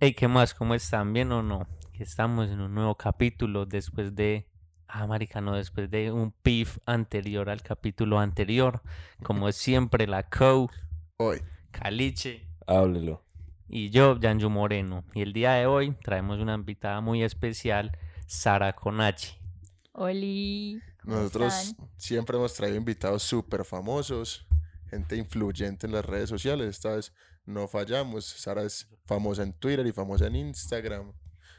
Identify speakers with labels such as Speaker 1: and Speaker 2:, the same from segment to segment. Speaker 1: Hey, ¿qué más? ¿Cómo están? ¿Bien o no? Estamos en un nuevo capítulo después de. Ah, marica, no, después de un pif anterior al capítulo anterior. Como siempre, la co,
Speaker 2: Hoy.
Speaker 1: Caliche
Speaker 3: Háblelo.
Speaker 1: y yo, Yanju Moreno. Y el día de hoy traemos una invitada muy especial, Sara Conachi.
Speaker 4: Oli. ¿cómo
Speaker 2: Nosotros
Speaker 4: están?
Speaker 2: siempre hemos traído invitados súper famosos, gente influyente en las redes sociales. Esta vez no fallamos. Sara es famosa en Twitter y famosa en Instagram.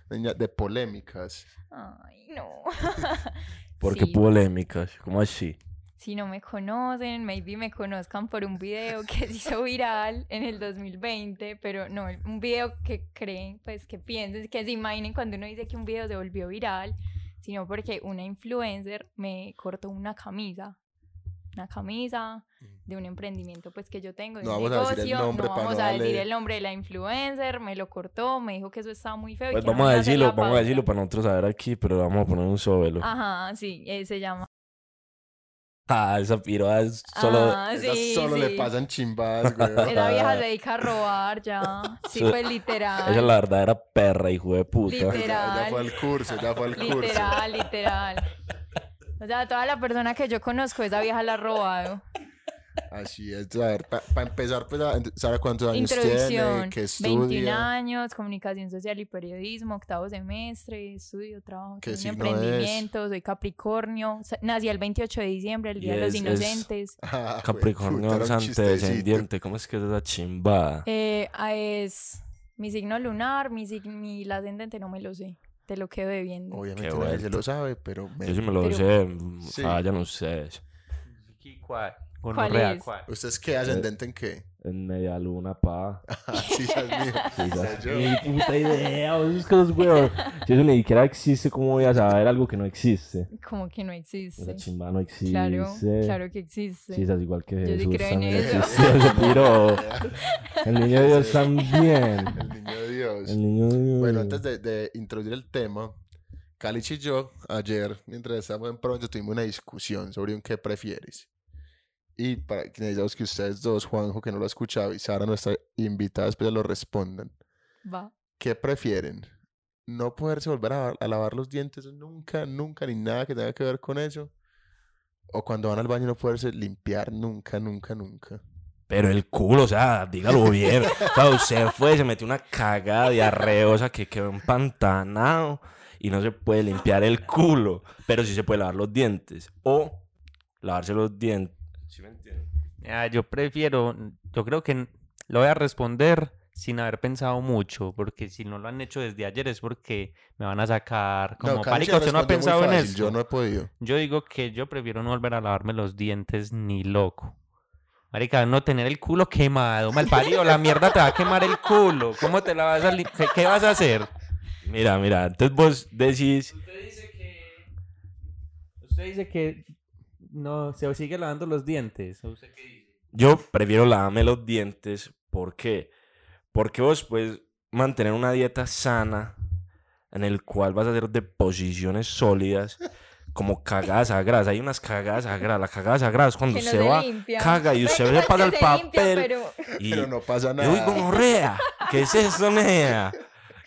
Speaker 2: Niña de polémicas.
Speaker 4: Ay, no.
Speaker 3: Porque
Speaker 4: Sí,
Speaker 3: polémicas, ¿cómo así?
Speaker 4: Si no me conocen, maybe me conozcan por un video que se hizo viral en el 2020, pero no, un video que creen, pues que piensen, que se imaginen cuando uno dice que un video se volvió viral, sino porque una influencer me cortó una camisa. Una camisa de un emprendimiento pues que yo tengo, de
Speaker 2: No
Speaker 4: un
Speaker 2: vamos a decir el
Speaker 4: negocio,
Speaker 2: nombre
Speaker 4: no
Speaker 2: para no
Speaker 4: vamos a decir
Speaker 2: darle-
Speaker 4: el nombre de la influencer, me lo cortó, me dijo que eso estaba muy feo. y
Speaker 3: Pues
Speaker 4: que no
Speaker 3: vamos a
Speaker 4: me iba hacer
Speaker 3: decirlo,
Speaker 4: la
Speaker 3: vamos a
Speaker 4: pauta.
Speaker 3: decirlo para nosotros saber aquí, pero vamos a poner un sobelo. Ah,
Speaker 4: Ajá, sí, eh, se llama.
Speaker 3: esa piroa es solo.
Speaker 4: Ah,
Speaker 2: Esas
Speaker 4: sí,
Speaker 2: solo le
Speaker 4: sí.
Speaker 2: pasan chimbadas,
Speaker 3: Es
Speaker 2: güey.
Speaker 4: Esa vieja se dedica a robar ya. Sí,
Speaker 3: Eso-
Speaker 4: pues literal.
Speaker 3: Esa es la verdadera perra, hijo de puta.
Speaker 4: Literal.
Speaker 2: Ya, ya fue al curso, ya fue al curso.
Speaker 4: Literal, literal. O sea, toda la persona que yo conozco, esa vieja la ha robado.
Speaker 2: Así es. A ver, para empezar, pues, a- Sara, ¿cuántos años tiene?
Speaker 4: Introducción,
Speaker 2: ¿Qué
Speaker 4: 21
Speaker 2: estudia?
Speaker 4: años, comunicación social y periodismo, octavo semestre, estudio, trabajo,
Speaker 2: ¿Qué
Speaker 4: tengo un
Speaker 2: signo
Speaker 4: emprendimiento, soy Capricornio, sa- nací el 28 de diciembre, el Día de los
Speaker 3: Yes, es-
Speaker 4: Inocentes.
Speaker 2: Ah, güey, puta, era
Speaker 3: Capricornio
Speaker 2: un
Speaker 3: es
Speaker 2: chistecito.
Speaker 3: descendiente, ¿cómo es que es esa chimba?
Speaker 4: Eh, ah, es mi signo lunar, mi, sig- mi la ascendente no me lo sé, te lo quedo debiendo.
Speaker 2: Obviamente
Speaker 3: Qué
Speaker 2: nadie se
Speaker 3: vuelta.
Speaker 2: lo sabe, pero me-
Speaker 3: Yo sí me lo
Speaker 4: pero-
Speaker 3: sé, ah,
Speaker 2: Sí.
Speaker 3: fallan ustedes.
Speaker 1: ¿Cuál?
Speaker 4: Gonorrea, es?
Speaker 1: ¿Cuál?
Speaker 2: ¿Ustedes qué?
Speaker 3: Eh.
Speaker 2: ¿Ascendente en qué?
Speaker 3: En media luna, pa.
Speaker 2: Ah, sí, esa es mía. Esa es yo.
Speaker 3: Ni puta idea, vos es que los huevos. Si eso ni siquiera existe, ¿cómo voy a saber algo que no existe?
Speaker 4: Como que no existe.
Speaker 3: Esa chimba no existe.
Speaker 4: Claro, claro que existe.
Speaker 3: Sí, esas igual que
Speaker 4: Yo sí
Speaker 3: Jesús
Speaker 4: creo en
Speaker 3: también
Speaker 4: eso.
Speaker 3: existió, ese piro. El niño de Dios
Speaker 2: El
Speaker 3: también.
Speaker 2: niño de Dios.
Speaker 3: El niño de Dios.
Speaker 2: Bueno, antes de, de introducir el tema, Calich y yo, ayer, mientras estábamos en pronto, tuvimos una discusión sobre un qué prefieres. Y para que necesitamos que ustedes dos, Juanjo, que no lo ha escuchado, y Sara, nuestra invitada, después lo respondan.
Speaker 4: Va.
Speaker 2: ¿Qué prefieren? ¿No poderse volver a, a lavar los dientes nunca, nunca, ni nada que tenga que ver con eso? ¿O cuando van al baño no poderse limpiar nunca, nunca, nunca?
Speaker 3: Pero el culo, o sea, dígalo bien. O sea, usted fue, se metió una cagada diarreosa que quedó empantanado y no se puede limpiar el culo, pero sí se puede lavar los dientes. O lavarse los dientes. ¿Sí me entiendes?
Speaker 1: Ah, yo prefiero, yo creo que n- lo voy a responder sin haber pensado mucho, porque si no lo han hecho desde ayer es porque me van a sacar como
Speaker 2: Caliche
Speaker 1: "Marica, usted no ha
Speaker 2: respondió muy
Speaker 1: pensado en
Speaker 2: fácil,
Speaker 1: eso.
Speaker 2: Yo no he podido.
Speaker 1: Yo digo que yo prefiero no volver a lavarme los dientes ni loco. Marica, no tener el culo quemado, malparido, la mierda te va a quemar el culo. ¿Cómo te la vas a li- qué, qué vas a hacer?
Speaker 3: Mira, mira, entonces vos decís.
Speaker 1: Usted dice que usted dice que no se sigue lavando los dientes. ¿Usted qué dice?
Speaker 3: Yo prefiero lavarme los dientes. ¿Por qué? Porque vos puedes mantener una dieta sana en el cual vas a hacer deposiciones sólidas como cagadas a grasa. Hay unas cagadas a grasa. La cagada sagrada es cuando
Speaker 4: Que no
Speaker 3: usted
Speaker 4: se
Speaker 3: Mm, va,
Speaker 4: limpia.
Speaker 3: caga y usted
Speaker 4: Pero
Speaker 3: le
Speaker 4: es
Speaker 3: pasa el
Speaker 4: que se
Speaker 3: papel.
Speaker 4: limpia, pero
Speaker 3: Y,
Speaker 2: Pero no pasa
Speaker 3: yo digo,
Speaker 2: nada.
Speaker 3: gonorrea, ¿qué es eso, nea?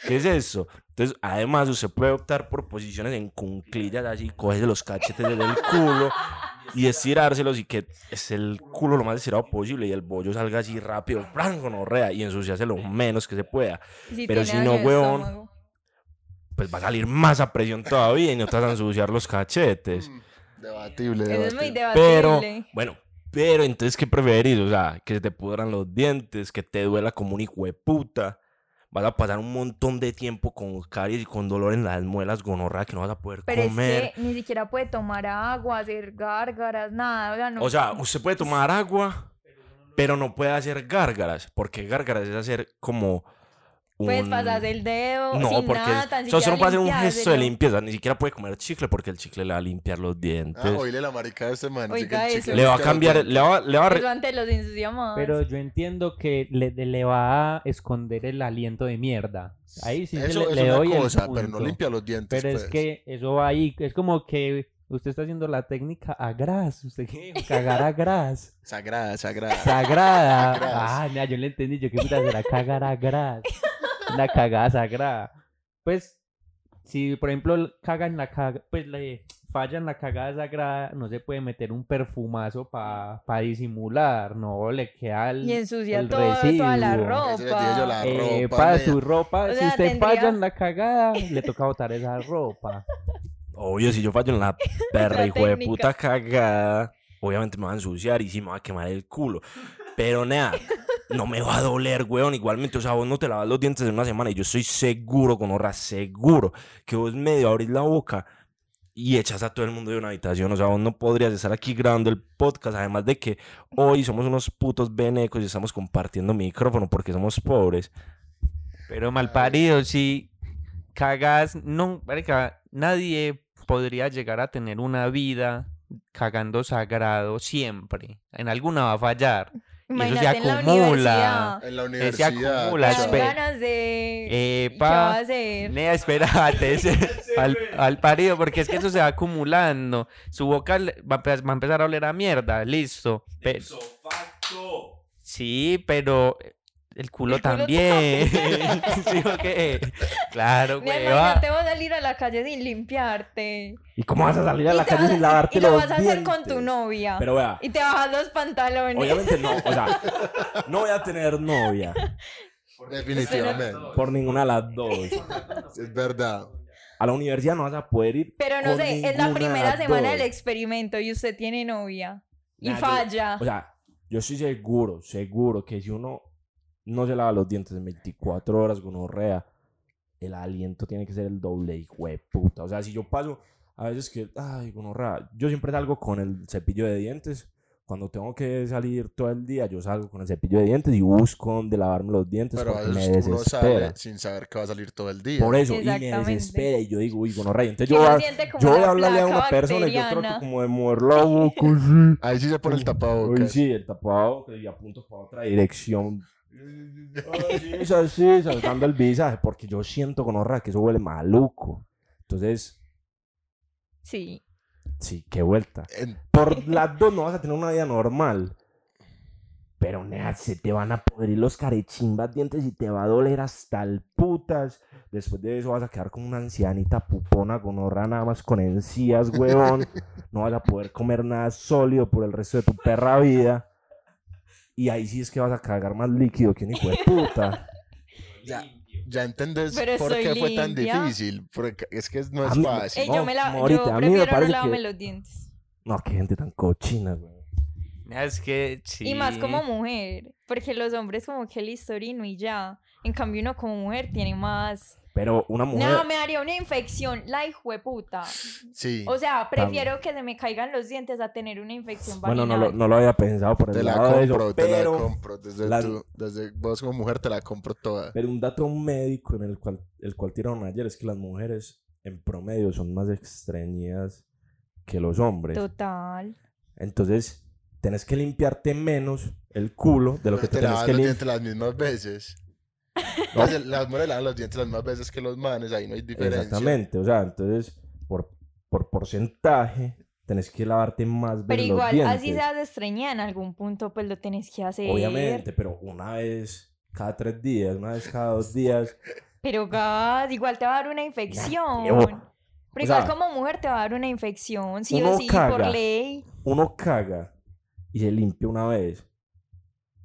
Speaker 3: ¿Qué es eso? Entonces, además, usted puede optar por posiciones en cunclillas, así, cogerse los cachetes desde el culo y estirárselos y que es el culo lo más estirado posible y el bollo salga así rápido, ¡pran! gonorrea, y ensuciarse lo menos que se pueda.
Speaker 4: si
Speaker 3: Pero
Speaker 4: tiene
Speaker 3: si no,
Speaker 4: daño de
Speaker 3: huevón.
Speaker 4: estómago.
Speaker 3: Pues va a salir más a presión todavía y no te vas a ensuciar los cachetes.
Speaker 2: Mm, Debatible,
Speaker 4: Eso es muy
Speaker 2: debatible.
Speaker 3: Pero,
Speaker 4: debatible.
Speaker 3: bueno, pero entonces, ¿qué preferís? O sea, que se te pudran los dientes, que te duela como un hijo de puta. Vas a pasar un montón de tiempo con caries y con dolor en las muelas, gonorra, que no vas a poder
Speaker 4: Pero es
Speaker 3: comer.
Speaker 4: que ni siquiera puede tomar agua, hacer gárgaras, nada. O sea, no.
Speaker 3: O sea, usted puede tomar agua, pero no puede hacer gárgaras, porque gárgaras es hacer como un...
Speaker 4: puedes pasar Pues el dedo.
Speaker 3: No,
Speaker 4: sin
Speaker 3: porque
Speaker 4: nada, tan
Speaker 3: o sea, usted
Speaker 4: siquiera
Speaker 3: no puede hacer un gesto de
Speaker 4: limpiárselo.
Speaker 3: limpieza, ni siquiera puede comer chicle porque el chicle le va a limpiar los dientes.
Speaker 2: Ah, oíle la marica de este man. sí que
Speaker 4: Oiga
Speaker 2: el chicle
Speaker 4: eso.
Speaker 3: le va a
Speaker 2: queda
Speaker 3: cambiar,
Speaker 2: bien.
Speaker 3: le va, le va a... re-
Speaker 4: Eso antes los ensuciamos.
Speaker 1: Pero yo entiendo que le, le va a esconder el aliento de mierda. Ahí sí se
Speaker 2: Eso
Speaker 1: le,
Speaker 2: es
Speaker 1: le doy
Speaker 2: una
Speaker 1: el
Speaker 2: cosa, pero no
Speaker 1: punto.
Speaker 2: limpia los dientes.
Speaker 1: Pero es
Speaker 2: pues.
Speaker 1: que eso va ahí, es como que usted está haciendo la técnica a gras, usted que cagar a gras,
Speaker 2: Sagrada, sagrada.
Speaker 1: sagrada.
Speaker 2: A gras.
Speaker 1: Ah, mira, yo le entendí, yo qué puta será cagar a gras. La cagada sagrada. Pues, si por ejemplo cagan la caga, pues le fallan la cagada sagrada, no se puede meter un perfumazo para disimular, no, le queda el,
Speaker 4: Y ensucia
Speaker 1: el
Speaker 4: todo, toda la
Speaker 1: residuo.
Speaker 4: ropa.
Speaker 2: Eso les dije yo, la
Speaker 1: eh,
Speaker 2: ropa.
Speaker 1: pa,
Speaker 2: nea.
Speaker 1: su ropa,
Speaker 4: O
Speaker 1: si
Speaker 4: sea,
Speaker 1: usted
Speaker 4: tendría-
Speaker 1: falla en la cagada, le toca botar esa ropa.
Speaker 3: Obvio, si yo fallo en la perra
Speaker 4: Otra
Speaker 3: hijo de
Speaker 4: técnica.
Speaker 3: puta cagada, obviamente me va a ensuciar y sí me va a quemar el culo. Pero nada, no me va a doler, weón. Igualmente, o sea, vos no te lavas los dientes en una semana y yo estoy seguro, con honra, seguro, que vos medio abrís la boca y echas a todo el mundo de una habitación. O sea, vos no podrías estar aquí grabando el podcast. Además de que hoy somos unos putos benecos y estamos compartiendo micrófono porque somos pobres.
Speaker 1: Pero malparido, si cagas, no, marica, nadie podría llegar a tener una vida cagando sagrado siempre. En alguna va a fallar. Y eso se
Speaker 4: Imagínate en la
Speaker 1: acumula.
Speaker 4: universidad.
Speaker 2: En la
Speaker 1: se
Speaker 2: universidad.
Speaker 1: acumula,
Speaker 4: Las
Speaker 2: chao.
Speaker 1: espe-
Speaker 4: ganas
Speaker 3: Eh,
Speaker 4: de... ¿Qué va a
Speaker 1: Epa,
Speaker 4: hacer?
Speaker 1: nea, espérate, ese- al, al parido, porque es que eso se va acumulando. Su boca le- va a, empe- va a empezar a oler a mierda, listo. Pe- sí, pero eh, el culo
Speaker 4: El culo
Speaker 1: también. ¿Sí o qué? Claro,
Speaker 4: Mi
Speaker 1: hueva.
Speaker 4: hermana te va a salir a la calle sin limpiarte.
Speaker 3: ¿Y cómo vas a salir a
Speaker 4: Y
Speaker 3: la
Speaker 4: te
Speaker 3: calle
Speaker 4: vas-
Speaker 3: sin lavarte
Speaker 4: Y lo
Speaker 3: los
Speaker 4: vas a hacer con tu
Speaker 3: dientes?
Speaker 4: novia.
Speaker 3: Pero vea,
Speaker 4: Y te bajas los pantalones.
Speaker 3: Obviamente no, o sea, no voy a tener novia
Speaker 2: Definitivamente.
Speaker 3: por ninguna de las dos.
Speaker 2: Es verdad.
Speaker 3: A la universidad no vas a poder ir.
Speaker 4: Pero no
Speaker 3: con
Speaker 4: sé, es
Speaker 3: ninguna
Speaker 4: la
Speaker 3: de
Speaker 4: primera
Speaker 3: las
Speaker 4: semana
Speaker 3: dos.
Speaker 4: del experimento y usted tiene novia. Y
Speaker 3: Nadie-
Speaker 4: falla.
Speaker 3: O sea, yo estoy seguro, seguro que si uno no se lava los dientes en 24 horas con orrea, el aliento tiene que ser el doble, hijo de puta. O sea, si yo paso a veces que, ay, con orrea, yo siempre salgo con el cepillo de dientes. Cuando tengo que salir todo el día, yo salgo con el cepillo de dientes y busco dónde lavarme los dientes
Speaker 2: Pero a
Speaker 3: porque me
Speaker 2: veces uno
Speaker 3: desespera.
Speaker 2: sale sin saber que va a salir todo el día.
Speaker 3: Por eso, y me
Speaker 4: Exactamente.
Speaker 3: desespera y yo digo, uy, gonorrea. Entonces
Speaker 4: Que
Speaker 3: yo,
Speaker 4: uno
Speaker 3: voy a-
Speaker 4: siente como
Speaker 3: yo voy
Speaker 4: la
Speaker 3: a hablarle a
Speaker 4: placa
Speaker 3: una persona y yo
Speaker 4: bacteriana.
Speaker 3: trato como de mover la boca, sí.
Speaker 2: Ahí sí se pone el
Speaker 3: Uy,
Speaker 2: tapabocas.
Speaker 3: sí, el tapado y apunto para otra dirección. Ay, sí, sal- sí, saltando el visaje, porque yo siento gonorrea que eso huele maluco. Entonces,
Speaker 4: Sí.
Speaker 3: sí, qué vuelta.
Speaker 2: En-
Speaker 3: Por las dos no vas a tener una vida normal. Pero nea, se te van a podrir los carechimbas dientes y te va a doler hasta el putas. Después de eso vas a quedar como una ancianita pupona gonorra nada más con encías, huevón. No vas a poder comer nada sólido por el resto de tu perra vida. Y ahí sí es que vas a cagar más líquido que un hijo de puta.
Speaker 2: ya, ya entendés
Speaker 4: Pero
Speaker 2: por
Speaker 4: soy
Speaker 2: qué fue tan
Speaker 4: limpia.
Speaker 2: difícil. Porque es que no
Speaker 3: A
Speaker 2: es
Speaker 3: mí-
Speaker 2: fácil.
Speaker 4: Ey,
Speaker 3: no,
Speaker 4: yo me la,
Speaker 3: como ahorita,
Speaker 4: yo
Speaker 3: a mí me
Speaker 4: prefiero no
Speaker 3: parece
Speaker 4: lavarme
Speaker 3: que-
Speaker 4: los dientes.
Speaker 3: No, qué gente tan cochina, huevón.
Speaker 1: Es que sí.
Speaker 4: Y más como mujer. Porque los hombres como que el historino y ya. En cambio uno como mujer tiene más...
Speaker 3: Pero una mujer...
Speaker 4: No, me daría una infección. La hijueputa.
Speaker 2: Sí.
Speaker 4: O sea, prefiero que se me caigan los dientes a tener una infección
Speaker 3: Bueno,
Speaker 4: vaginal.
Speaker 3: no lo, no lo había pensado por el
Speaker 2: te la
Speaker 3: lado de eso,
Speaker 2: compro, te la
Speaker 3: pero...
Speaker 2: compro. Desde,
Speaker 3: la-
Speaker 2: tú- desde vos como mujer te la compro toda.
Speaker 3: Pero un dato médico en el cual, el cual tiraron ayer es que las mujeres en promedio son más extrañidas que los hombres.
Speaker 4: Total.
Speaker 3: Entonces, tenés que limpiarte menos el culo de lo
Speaker 2: Pero
Speaker 3: que te
Speaker 2: te
Speaker 3: tenés
Speaker 2: lavas
Speaker 3: que
Speaker 2: los
Speaker 3: limpiar.
Speaker 2: dientes las mismas veces. Entonces, las mujeres lavan los dientes las mismas veces que los manes. Ahí no hay diferencia.
Speaker 3: Exactamente, o sea, entonces, por, por porcentaje, tenés que lavarte más
Speaker 4: Pero
Speaker 3: veces los
Speaker 4: igual, así
Speaker 3: dientes.
Speaker 4: seas estreñida en algún punto, pues lo tenés que hacer.
Speaker 3: Obviamente, pero una vez cada tres días, una vez cada dos días. eh,
Speaker 4: Pero gas, igual te va a dar una infección.
Speaker 3: huevo.
Speaker 4: Pero
Speaker 3: O
Speaker 4: igual
Speaker 3: sea,
Speaker 4: como mujer te va a dar una infección, sí
Speaker 3: uno
Speaker 4: o sí, por
Speaker 3: caga.
Speaker 4: ley.
Speaker 3: Uno caga y se limpia una vez.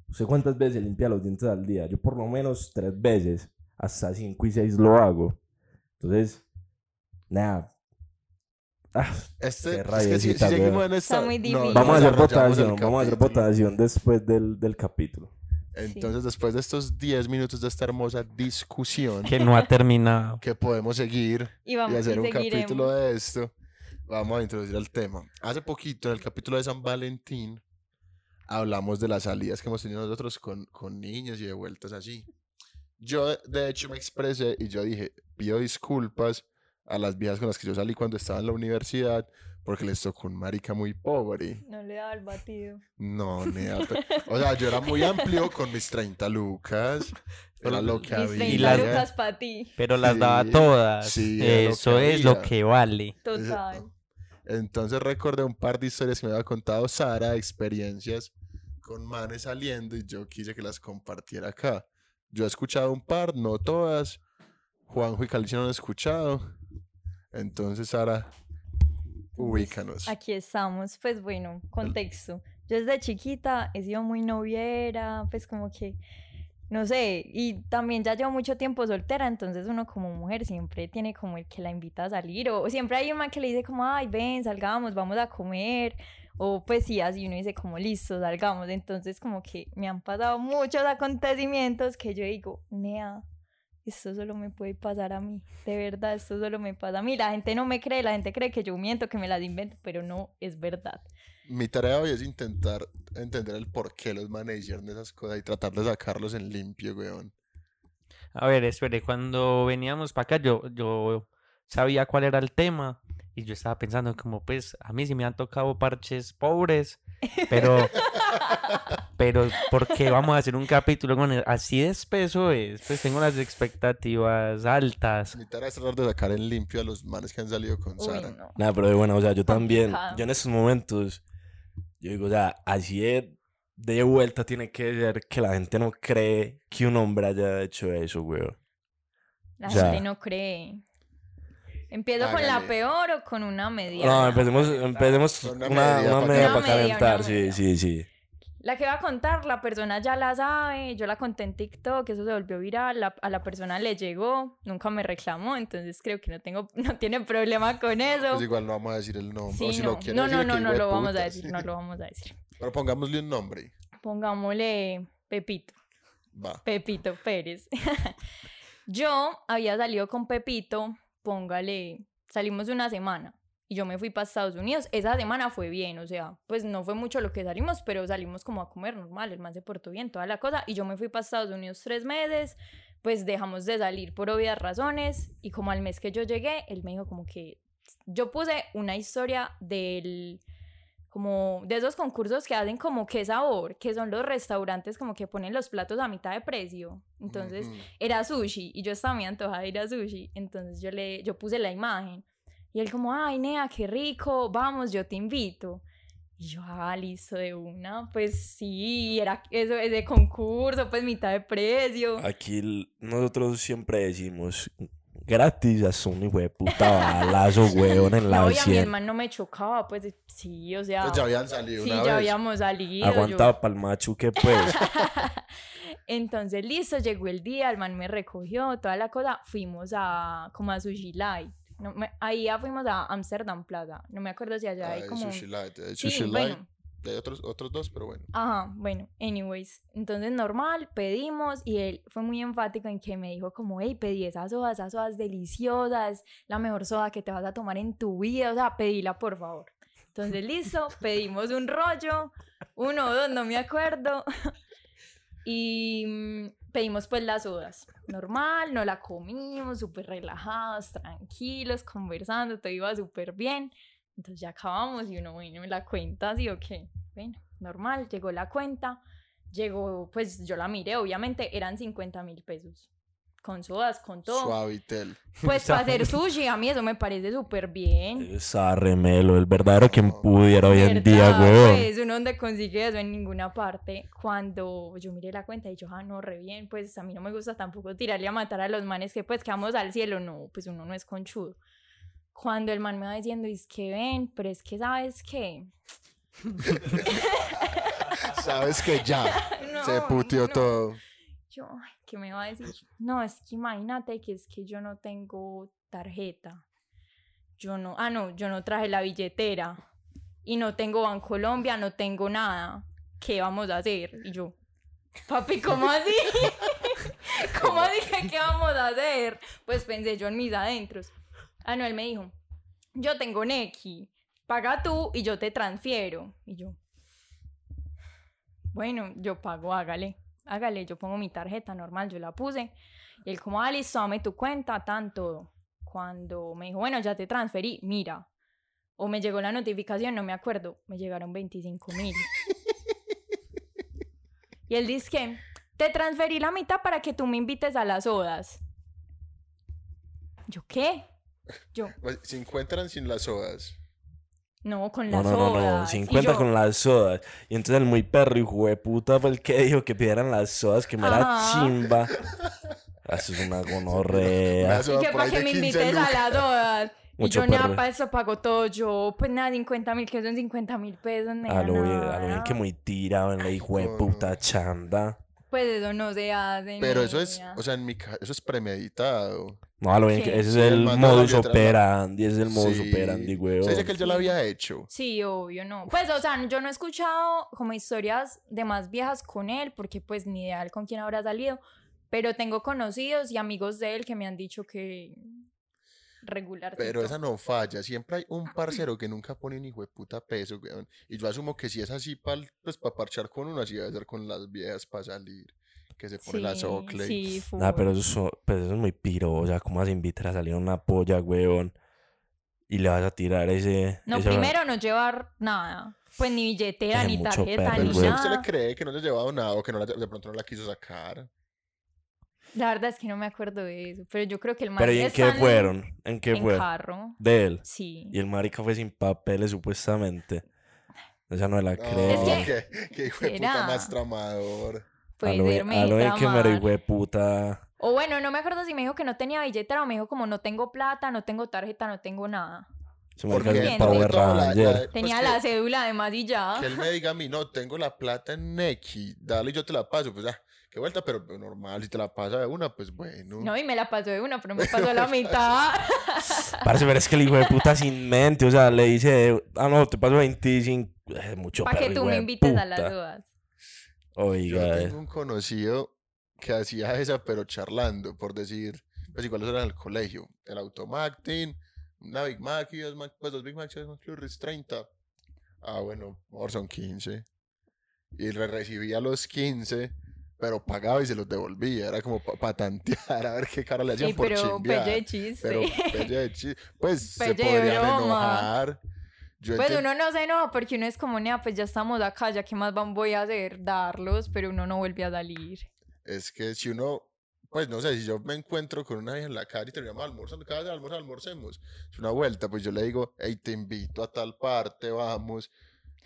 Speaker 3: ¿Usted cuántas veces se limpia los dientes al día? Yo por lo menos tres veces. Hasta cinco y seis lo hago. Entonces, nada. Ah, Qué
Speaker 2: Este, es que si, si
Speaker 3: rayecita,
Speaker 2: seguimos
Speaker 3: weón.
Speaker 2: en esta...
Speaker 4: Está muy
Speaker 2: no,
Speaker 4: difícil.
Speaker 2: no
Speaker 3: vamos a hacer
Speaker 2: Pues desarrollamos el
Speaker 3: votación. Vamos a hacer
Speaker 2: capítulo.
Speaker 3: votación después del, del capítulo.
Speaker 2: Entonces, después de estos 10 minutos de esta hermosa discusión
Speaker 1: Que no ha terminado.
Speaker 2: que podemos seguir
Speaker 4: Y
Speaker 2: y
Speaker 4: vamos
Speaker 2: hacer un
Speaker 4: seguiremos.
Speaker 2: capítulo de esto, vamos a introducir el tema. Hace poquito, en el capítulo de San Valentín, hablamos de las salidas que hemos tenido nosotros con, con niños y de vueltas así. Yo, de- de hecho, me expresé y yo dije, pido disculpas a las viejas con las que yo salí cuando estaba en la universidad porque les tocó un marica muy pobre.
Speaker 4: No le daba el batido.
Speaker 2: No, nea, pe- O sea, yo era muy amplio con mis 30 lucas. Era lo que
Speaker 4: Mis
Speaker 2: había.
Speaker 4: 30
Speaker 1: Y las-
Speaker 4: lucas para ti.
Speaker 1: Pero las daba
Speaker 2: Sí,
Speaker 1: todas.
Speaker 2: sí, era lo
Speaker 1: Eso
Speaker 2: que
Speaker 1: es lo
Speaker 2: había.
Speaker 1: que vale.
Speaker 4: Total.
Speaker 2: Entonces recordé un par de historias que me había contado Sara, experiencias con manes saliendo y yo quise que las compartiera acá. Yo he escuchado un par, no todas. Juanjo y Caliche no han escuchado. Entonces, Sara, ubícanos.
Speaker 4: Aquí estamos, pues bueno, contexto. Yo desde chiquita he sido muy noviera, pues como que, no sé, y también ya llevo mucho tiempo soltera, entonces uno como mujer siempre tiene como el que la invita a salir, o, o siempre hay una que le dice como, ay, ven, salgamos, vamos a comer, o pues sí, así uno dice como, listo, salgamos, entonces como que me han pasado muchos acontecimientos que yo digo, nea, esto solo me puede pasar a mí, de verdad, esto solo me pasa a mí. La gente no me cree, la gente cree que yo miento, que me las invento, pero no, es verdad.
Speaker 2: Mi tarea hoy es intentar entender el por qué los managers de esas cosas y tratar de sacarlos en limpio, weón.
Speaker 1: A ver, espere, cuando veníamos para acá yo, yo sabía cuál era el tema y yo estaba pensando como pues a mí sí me han tocado parches pobres, pero pero ¿por qué vamos a hacer un capítulo con el- así de espeso es? Pues tengo las expectativas altas.
Speaker 2: Mi tarea es tratar de sacar en limpio a los manes que han salido con
Speaker 4: Uy,
Speaker 2: Sara.
Speaker 4: no.
Speaker 3: Nada, pero bueno, o sea, yo también,
Speaker 4: Complicado.
Speaker 3: yo en estos momentos, yo digo, o sea, así de, de vuelta tiene que ser que la gente no cree que un hombre haya hecho eso, güey.
Speaker 4: La
Speaker 3: O sea-
Speaker 4: gente no cree. ¿Empiezo con la
Speaker 2: Hágale.
Speaker 4: peor o con una media?
Speaker 3: No, empecemos, empecemos
Speaker 2: Una
Speaker 3: una,
Speaker 2: media
Speaker 3: una
Speaker 2: pa'
Speaker 3: media
Speaker 4: calentar. Una media,
Speaker 3: para
Speaker 4: una
Speaker 3: calentar, sí,
Speaker 4: media.
Speaker 3: sí, sí.
Speaker 4: La que va a contar, la persona ya la sabe, yo la conté en TikTok, eso se volvió viral, la- a la persona le llegó, nunca me reclamó, entonces creo que no tengo, no tiene problema con eso.
Speaker 2: Pues igual no vamos a decir el nombre. o
Speaker 4: Sí,
Speaker 2: si
Speaker 4: no,
Speaker 2: lo quieren
Speaker 4: no,
Speaker 2: decir,
Speaker 4: no,
Speaker 2: que
Speaker 4: no,
Speaker 2: hijo
Speaker 4: no
Speaker 2: de
Speaker 4: lo vamos a
Speaker 2: putas.
Speaker 4: decir, no lo vamos a decir.
Speaker 2: Pero pongámosle un nombre.
Speaker 4: Pongámosle Pepito.
Speaker 2: Va.
Speaker 4: Pepito Pérez. yo había salido con Pepito, póngale, salimos una semana y yo me fui para Estados Unidos. Esa semana fue bien, o sea, pues no fue mucho lo que salimos, pero salimos como a comer normal, el man se portó bien, toda la cosa. Y yo me fui para Estados Unidos tres meses, pues dejamos de salir por obvias razones y como al mes que yo llegué, él me dijo como que yo puse una historia del como de esos concursos que hacen como qué sabor, que son los restaurantes como que ponen los platos a mitad de precio. Entonces,
Speaker 2: Ujú.
Speaker 4: era sushi y yo estaba muy antojada de ir a sushi, entonces yo le yo puse la imagen y él como, "Ay, Nea, qué rico, vamos, yo te invito." Y yo, ah, listo de una, pues sí, era eso es de concurso, pues mitad de precio.
Speaker 3: Aquí l- nosotros siempre decimos, gratis a Sony, güey, puta balazo, weón, en la
Speaker 4: No, y a mi
Speaker 3: 100.
Speaker 4: hermano no me chocaba, pues sí, o sea,
Speaker 2: Pues ya habían salido
Speaker 4: sí,
Speaker 2: una
Speaker 4: ya
Speaker 2: vez.
Speaker 4: habíamos salido. yo-
Speaker 3: Aguantaba pa'l macho que pues.
Speaker 4: Entonces, listo, llegó el día, el man me recogió, toda la cosa, fuimos a como a Sushi Light. No me- ahí ya fuimos a Amsterdam Plaza. No me acuerdo si allá hay
Speaker 2: Ay,
Speaker 4: como...
Speaker 2: Sushi Light. eh,
Speaker 4: Sí,
Speaker 2: Sushi Light.
Speaker 4: bueno.
Speaker 2: Hay otros, otros dos, pero bueno.
Speaker 4: Ajá, bueno, anyways. Entonces, normal, pedimos y él fue muy enfático en que me dijo como, hey, pedí esas sodas, esas sodas deliciosas, la mejor soda que te vas a tomar en tu vida, o sea, pedila, por favor. Entonces, listo, pedimos un rollo, uno o dos, no me acuerdo. Y mm, pedimos pues las sodas, normal, no la comimos, súper relajados, tranquilos, conversando, todo iba súper bien. Entonces ya acabamos y uno, bueno, la cuenta, sí o qué. Bueno, normal, llegó la cuenta, llegó, pues yo la miré, obviamente eran 50 mil pesos. Con sodas, con todo.
Speaker 2: Suavitel.
Speaker 4: Pues para hacer sushi, a mí eso me parece súper bien.
Speaker 3: Esa remelo, el verdadero quien
Speaker 2: No.
Speaker 3: pudiera hoy en día,
Speaker 4: ¿Verdad?
Speaker 3: weón.
Speaker 4: Pues uno donde consigue eso en ninguna parte. Cuando yo miré la cuenta y yo, ah, no, re bien, pues a mí no me gusta tampoco tirarle a matar a los manes que pues quedamos al cielo. No, pues uno no es conchudo. Cuando el man me va diciendo, es que ven, pero es que sabes qué.
Speaker 2: Sabes que ya.
Speaker 4: No,
Speaker 2: se puteó
Speaker 4: no.
Speaker 2: todo.
Speaker 4: Yo, ay, ¿qué me va a decir? No, es que imagínate que es que yo no tengo tarjeta. Yo no, ah, no, yo no traje la billetera. Y no tengo Bancolombia, no tengo nada. ¿Qué vamos a hacer? Y yo, papi, ¿cómo así? ¿Cómo dije qué vamos a hacer? Pues pensé yo en mis adentros. Ah, no, él me dijo, yo tengo Neki, paga tú y yo te transfiero. Y yo, bueno, yo pago, hágale, hágale, yo pongo mi tarjeta normal, yo la puse. Y él como, ah, listo, dame tu cuenta, tanto. Cuando me dijo, bueno, ya te transferí, mira. O me llegó la notificación, no me acuerdo, me llegaron 25 mil. y él dice que, te transferí la mitad para que tú me invites a las odas. ¿Yo qué? Yo,
Speaker 2: Pues, 50 eran sin las sodas.
Speaker 4: No, con
Speaker 3: No,
Speaker 4: las
Speaker 3: no, no, no,
Speaker 4: sodas. Y
Speaker 3: 50
Speaker 4: yo,
Speaker 3: con las sodas. Y entonces el muy perro y jueputa fue el que dijo que pidieran las sodas, que me era
Speaker 4: Ajá.
Speaker 3: chimba. Eso es una
Speaker 2: Una
Speaker 3: gonorrea.
Speaker 4: Y
Speaker 2: soda
Speaker 4: que
Speaker 2: por
Speaker 4: para
Speaker 2: ahí
Speaker 4: que
Speaker 2: de
Speaker 4: me
Speaker 2: 15
Speaker 4: invites a
Speaker 2: lucas.
Speaker 4: las sodas. Y
Speaker 3: Mucho
Speaker 4: yo,
Speaker 3: perro.
Speaker 4: nada, para eso pago todo yo. Pues nada, 50 mil, que son 50 mil pesos, nena,
Speaker 3: A lo bien, a lo bien
Speaker 4: nada.
Speaker 3: que muy tirado en la hijo de
Speaker 2: No, no.
Speaker 3: puta chanda.
Speaker 4: Pues eso no se hace.
Speaker 2: Pero eso es,
Speaker 4: nena.
Speaker 2: o sea, en mi ca- eso es premeditado.
Speaker 3: No, a lo bien
Speaker 4: Sí.
Speaker 3: que ese es
Speaker 2: Sí, el
Speaker 3: el
Speaker 2: man no
Speaker 3: modus
Speaker 2: volvió atrás, ¿no?
Speaker 3: operandi, ese es el modus
Speaker 2: Sí.
Speaker 3: operandi,
Speaker 2: O
Speaker 3: weón.
Speaker 2: sea, dice que él ya lo
Speaker 4: Sí.
Speaker 2: había hecho.
Speaker 4: Sí, obvio, no. Pues, o sea, yo no he escuchado como historias de más viejas con él, porque pues ni ideal con quién habrá salido, pero tengo conocidos y amigos de él que me han dicho que regular.
Speaker 2: Pero esa no falla. Siempre hay un parcero que nunca pone un hijo de puta peso, weón. Y yo asumo que si es así para pues, pa parchar con uno, así debe ser con las viejas para salir. Que se pone la socle.
Speaker 4: Sí, full.
Speaker 3: Nah, pero eso, son- pues eso es muy piro. O sea, ¿cómo vas a invitar a salir a una polla, weón? Y le vas a tirar ese.
Speaker 4: No,
Speaker 3: ese-
Speaker 4: primero no llevar nada. Pues ni billetera,
Speaker 3: Hace
Speaker 4: ni
Speaker 3: mucho
Speaker 4: tarjeta,
Speaker 3: perro,
Speaker 2: Pero
Speaker 4: ni
Speaker 2: usted,
Speaker 3: güey.
Speaker 2: pues, usted le
Speaker 4: nada.
Speaker 2: cree que no le ha llevado nada o que no la- de pronto no la quiso sacar.
Speaker 4: La verdad es que no me acuerdo de eso, pero yo creo que el man
Speaker 3: Pero ¿y en
Speaker 4: es
Speaker 3: qué
Speaker 4: tan-
Speaker 3: fueron? ¿En qué
Speaker 4: En
Speaker 3: fueron?
Speaker 4: carro.
Speaker 3: De él.
Speaker 4: Sí.
Speaker 3: Y el marica fue sin papeles, supuestamente. Esa no me la
Speaker 2: No,
Speaker 3: creo.
Speaker 4: Es que-
Speaker 2: que, que hijo de puta
Speaker 4: Será.
Speaker 2: más tramador.
Speaker 3: a
Speaker 4: Puede
Speaker 3: lo, bien-
Speaker 4: ser, me
Speaker 3: a lo bien que me
Speaker 4: tramar.
Speaker 3: lo hijo de puta.
Speaker 4: O bueno, no me acuerdo si me dijo que no tenía billetera o me dijo como no tengo plata, no tengo tarjeta, no tengo nada.
Speaker 3: Se me
Speaker 4: Porque
Speaker 3: es un
Speaker 4: no
Speaker 3: Power
Speaker 2: Todo la- la-
Speaker 3: Ranger.
Speaker 2: pues
Speaker 4: Tenía
Speaker 2: que-
Speaker 4: la cédula además y ya.
Speaker 2: Que él me diga a mí, no, tengo la plata en Neki, dale yo te la paso. Pues, ah, qué vuelta, pero normal, si te la pasa de una, pues bueno.
Speaker 4: No, y me la pasó de una, pero me pasó la mitad.
Speaker 3: Parce, pero es que el hijo de puta sin mente. O sea, le dice, ah, no, te paso 25. Es mucho
Speaker 4: Para que
Speaker 3: perro,
Speaker 4: tú
Speaker 3: hijo
Speaker 4: me
Speaker 3: de
Speaker 4: invites a
Speaker 3: puta.
Speaker 4: las dudas.
Speaker 2: Yo
Speaker 3: Oiga, eh.
Speaker 2: tengo un conocido que hacía esa, pero charlando, por decir, pues igual eso era en el colegio. El automactin, una Big Mac y dos, Mac- pues, dos Big Macs y dos McFlurries, 30. Ah, bueno, amor, son 15. Y le recibía los 15, pero pagaba y se los devolvía. Era como para tantear, a ver qué cara le hacían
Speaker 4: Sí,
Speaker 2: por
Speaker 4: pero
Speaker 2: chimbear.
Speaker 4: pelle de chiste.
Speaker 2: Pero pelle de chi- pues se
Speaker 4: Pelle de
Speaker 2: podrían
Speaker 4: broma.
Speaker 2: enojar. Yo
Speaker 4: Pues
Speaker 2: enten-
Speaker 4: uno no se enoja porque uno es como, nea, pues ya estamos acá, ya qué más van voy a hacer, darlos, pero uno no vuelve a salir.
Speaker 2: Es que si uno, pues no sé, si yo me encuentro con una vieja en la calle y terminamos almorzando, cada vez almorzar, almorcemos. Es una vuelta, pues yo le digo, hey, te invito a tal parte, vamos.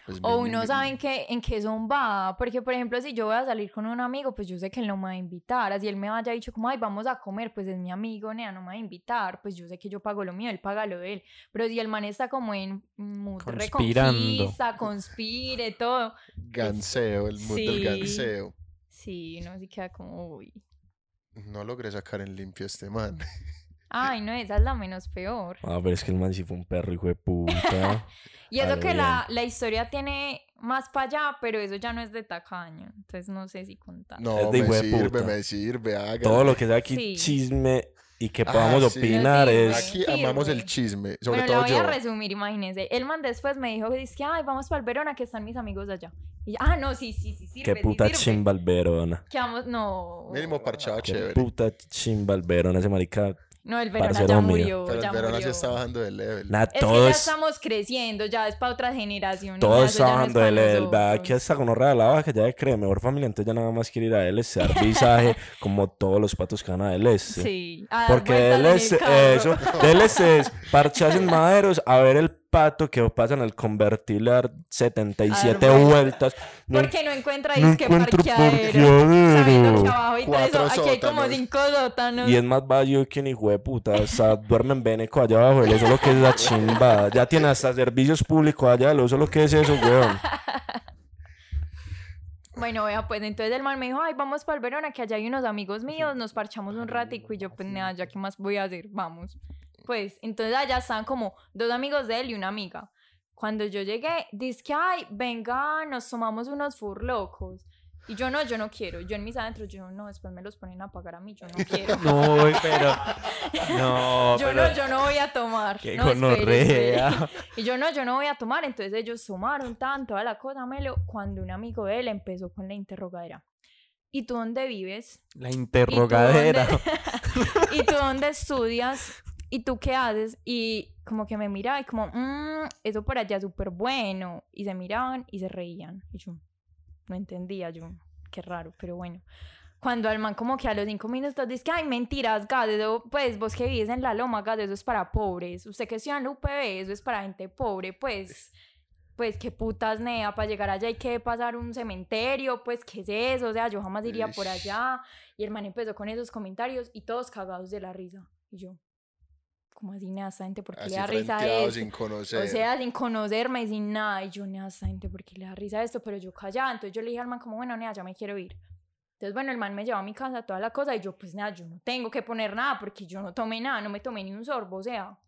Speaker 2: Pues,
Speaker 4: O
Speaker 2: mi- mi-
Speaker 4: uno
Speaker 2: mi-
Speaker 4: sabe en qué, en qué son va, porque por ejemplo, si yo voy a salir con un amigo, pues yo sé que él no me va a invitar, así él me haya dicho como, ay, vamos a comer, pues es mi amigo, nea, no me va a invitar, pues yo sé que yo pago lo mío, él paga lo de él, pero si el man está como en mood
Speaker 1: Conspirando.
Speaker 4: reconquista, conspire, todo,
Speaker 2: Ganseo, el mood del
Speaker 4: Sí.
Speaker 2: ganseo.
Speaker 4: sí, no se queda como, uy,
Speaker 2: No logré sacar en limpio a este man.
Speaker 4: ay, no, esa es la menos peor.
Speaker 3: Ah, pero es que el man sí fue un perro, hijo de puta.
Speaker 4: Y
Speaker 3: A
Speaker 4: eso
Speaker 3: lo
Speaker 4: que la, la historia tiene más para allá, pero eso ya no es de tacaño, entonces no sé si contar.
Speaker 2: No,
Speaker 3: de
Speaker 2: me
Speaker 3: hijueputa.
Speaker 2: sirve, me sirve, haga.
Speaker 3: Todo lo que sea aquí
Speaker 4: Sí.
Speaker 3: chisme y que
Speaker 2: Ah,
Speaker 3: podamos
Speaker 2: sí.
Speaker 3: opinar
Speaker 4: Lo digo,
Speaker 3: es...
Speaker 2: Aquí amamos el
Speaker 4: sirve.
Speaker 2: chisme, sobre
Speaker 4: bueno, la
Speaker 2: todo
Speaker 4: voy
Speaker 2: yo.
Speaker 4: a resumir, imagínense. El man después me dijo que dice, ay, vamos para el Verona, que están mis amigos allá. Y yo, ah, no, sí, sí, sí, sirve,
Speaker 3: Qué
Speaker 4: sí
Speaker 3: puta
Speaker 4: sirve".
Speaker 3: chimbalberona.
Speaker 4: Que vamos, no.
Speaker 2: Mínimo parchado
Speaker 3: Qué
Speaker 2: Ah, chévere.
Speaker 3: puta chimbalberona ese marica.
Speaker 4: No, el Verona
Speaker 3: Parcero
Speaker 4: ya
Speaker 3: mío.
Speaker 4: murió,
Speaker 2: Pero
Speaker 4: ya
Speaker 2: el verano sí
Speaker 4: murió.
Speaker 2: está bajando de level.
Speaker 3: Nada,
Speaker 4: Es que
Speaker 3: todo
Speaker 4: ya
Speaker 3: es...
Speaker 4: estamos creciendo, ya es para otra generación.
Speaker 3: Todo
Speaker 4: ya
Speaker 3: está
Speaker 4: eso ya no
Speaker 3: bajando
Speaker 4: pa'
Speaker 3: de level. va,
Speaker 4: nosotros.
Speaker 3: Aquí hasta con honra de la baja ya cree mejor familia. Entonces ya nada más quiere ir a LS, dar visaje como todos los patos que van a LS.
Speaker 4: Sí. a dar
Speaker 3: Porque
Speaker 4: vueltas Ah, en el
Speaker 3: LS,
Speaker 4: carro.
Speaker 3: eso, DLC es parchas en maderos a ver el pato que pasa en el convertible a dar 77
Speaker 4: A dar
Speaker 3: vueltas. No,
Speaker 4: Porque no encuentra
Speaker 3: no
Speaker 4: disque
Speaker 3: encuentro
Speaker 4: parqueadero. Sabiendo que
Speaker 3: parqueadero.
Speaker 4: abajo hay tres,
Speaker 2: Cuatro
Speaker 4: aquí hay como
Speaker 2: sótanos.
Speaker 4: cinco sótanos.
Speaker 3: Y es más valio que un hijo de puta. O sea, duerme en Beneco allá abajo. El oso lo que es la chimba. Ya tiene hasta servicios públicos allá. El oso lo que es eso, weón.
Speaker 4: Bueno, vea, pues entonces el man me dijo, ay, vamos para el Verona, que allá hay unos amigos míos, nos parchamos un ratico y yo, pues nada, ya qué más voy a hacer, vamos. Pues entonces allá estaban como dos amigos de él y una amiga. Cuando yo llegué, dice que, ay, venga, nos tomamos unos furlocos. Y yo no, yo no quiero. Yo en mis adentros, yo no, después me los ponen a pagar a mí, yo no quiero.
Speaker 1: No, pero. No,
Speaker 4: yo
Speaker 1: pero.
Speaker 4: no, yo no voy a tomar.
Speaker 1: Qué
Speaker 4: no, espere, espere".
Speaker 1: gonorrea.
Speaker 4: Y yo no, yo no voy a tomar. Entonces ellos sumaron tanto a la cosa, Melo, cuando un amigo de él empezó con la interrogadera. ¿Y tú dónde vives?
Speaker 1: La interrogadera.
Speaker 4: ¿Y tú dónde estudias? ¿Y tú qué haces? Y como que me miraba y como, "Mm, eso por allá es súper bueno. Y se miraban y se reían. Y yo no entendía, yo, qué raro, pero bueno. cuando al man como que a los cinco minutos dice que, ay, mentiras, gas, eso, pues vos que vives en la loma, gas, eso es para pobres. Usted que estudia en la UPB, eso es para gente pobre, pues, pues qué putas, nea, para llegar allá hay que pasar un cementerio, pues, ¿qué es eso? O sea, yo jamás iría por
Speaker 2: Ish.
Speaker 4: allá. Y el man empezó con esos comentarios y todos cagados de la risa. Y yo, como así, nea, esta gente, ¿por qué
Speaker 2: Así
Speaker 4: le da risa a
Speaker 2: frenteado,
Speaker 4: eso?
Speaker 2: sin conocer.
Speaker 4: O sea, sin conocerme y sin nada. Y yo, nea, esta gente, ¿por qué le da risa esto? Pero yo callaba. Entonces yo le dije al man, como, bueno, nea, ya me quiero ir. Entonces, bueno, el man me llevó a mi casa, toda la cosa. Y yo, pues nada, yo no tengo que poner nada porque yo no tomé nada, no me tomé ni un sorbo. O sea,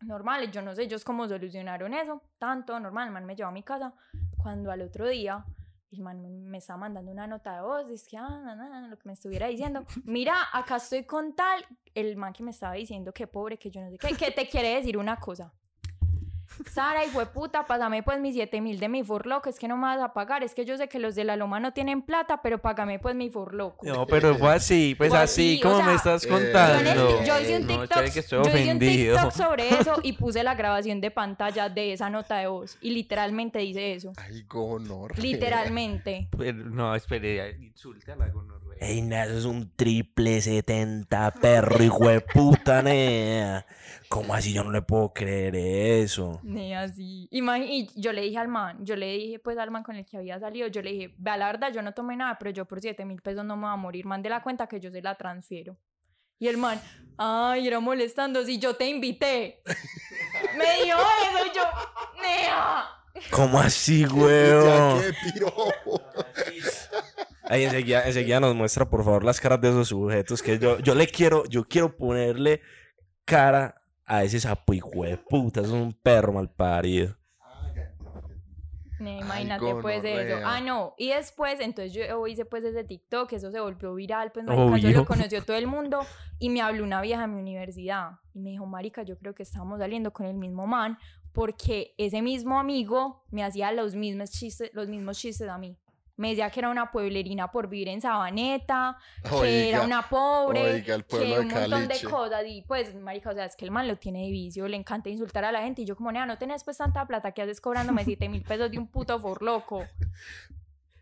Speaker 4: normal. Yo no sé ellos cómo solucionaron eso. Tanto, normal. El man me llevó a mi casa. Cuando al otro día. El man me- me estaba mandando una nota de voz, dice que, ah, na, na, na, lo que me estuviera diciendo. Mira, acá estoy con tal. El man que me estaba diciendo que pobre, que yo no sé qué, que te quiere decir una cosa. Sara, hijo de puta, pásame pues mis 7 mil de mi forloco, es que no me vas a pagar, es que yo sé que los de la loma no tienen plata, pero págame pues mi forloco.
Speaker 1: No, pero fue así, pues
Speaker 4: Fue
Speaker 1: así,
Speaker 4: así, o
Speaker 1: como
Speaker 4: sea,
Speaker 1: me estás
Speaker 2: eh,
Speaker 4: Yo, en
Speaker 1: contando.
Speaker 4: el-
Speaker 2: Ando.
Speaker 4: yo hice un
Speaker 1: No,
Speaker 4: TikTok,
Speaker 1: che, que estoy
Speaker 4: yo hice un
Speaker 1: ofendido.
Speaker 4: TikTok sobre eso y puse la grabación de pantalla de esa nota de voz y literalmente dice eso.
Speaker 2: Ay, honor.
Speaker 4: Literalmente.
Speaker 1: Pero, no, espere, insulte a la gonorrea.
Speaker 3: Ey, nea, eso es un triple 70, perro, hijo de puta, nea. ¿Cómo así yo no le puedo creer eso?
Speaker 4: Ni así. Imag- y yo le dije al man, yo le dije pues al man con el que había salido, yo le dije, vea la verdad, yo no tomé nada, pero yo por 7 mil pesos no me voy a morir, man de la cuenta que yo se la transfiero. Y el man, ay, era molestando, si yo te invité. me dijo eso, y yo, nea.
Speaker 3: ¿Cómo así,
Speaker 2: Ya,
Speaker 3: weón?
Speaker 2: qué piropo.
Speaker 3: Ahí enseguida, enseguida nos muestra, por favor, las caras de esos sujetos. Que yo, yo le quiero, yo quiero ponerle cara a ese sapo, hijo de puta. Eso es un perro mal parido.
Speaker 4: Ne,
Speaker 2: Ay,
Speaker 4: imagínate pues eso.
Speaker 2: gonorrea.
Speaker 4: Ah, no. Y después, entonces yo hice pues ese TikTok, eso se volvió viral, pues marica,
Speaker 1: Obvio.
Speaker 4: yo lo conoció todo el mundo y me habló una vieja de mi universidad y me dijo, "Marica, yo creo que estábamos saliendo con el mismo man porque ese mismo amigo me hacía los mismos chistes, los mismos chistes a mí." Me decía que era una pueblerina por vivir en Sabaneta, que era
Speaker 2: Oiga,
Speaker 4: una pobre,
Speaker 2: oiga, el pueblo
Speaker 4: que
Speaker 2: de
Speaker 4: un montón de
Speaker 2: Caliche.
Speaker 4: cosas y pues marica o sea es que el man lo tiene de vicio le encanta insultar a la gente y yo como nea no tenés pues tanta plata que haces cobrándome 7 mil pesos de un puto forloco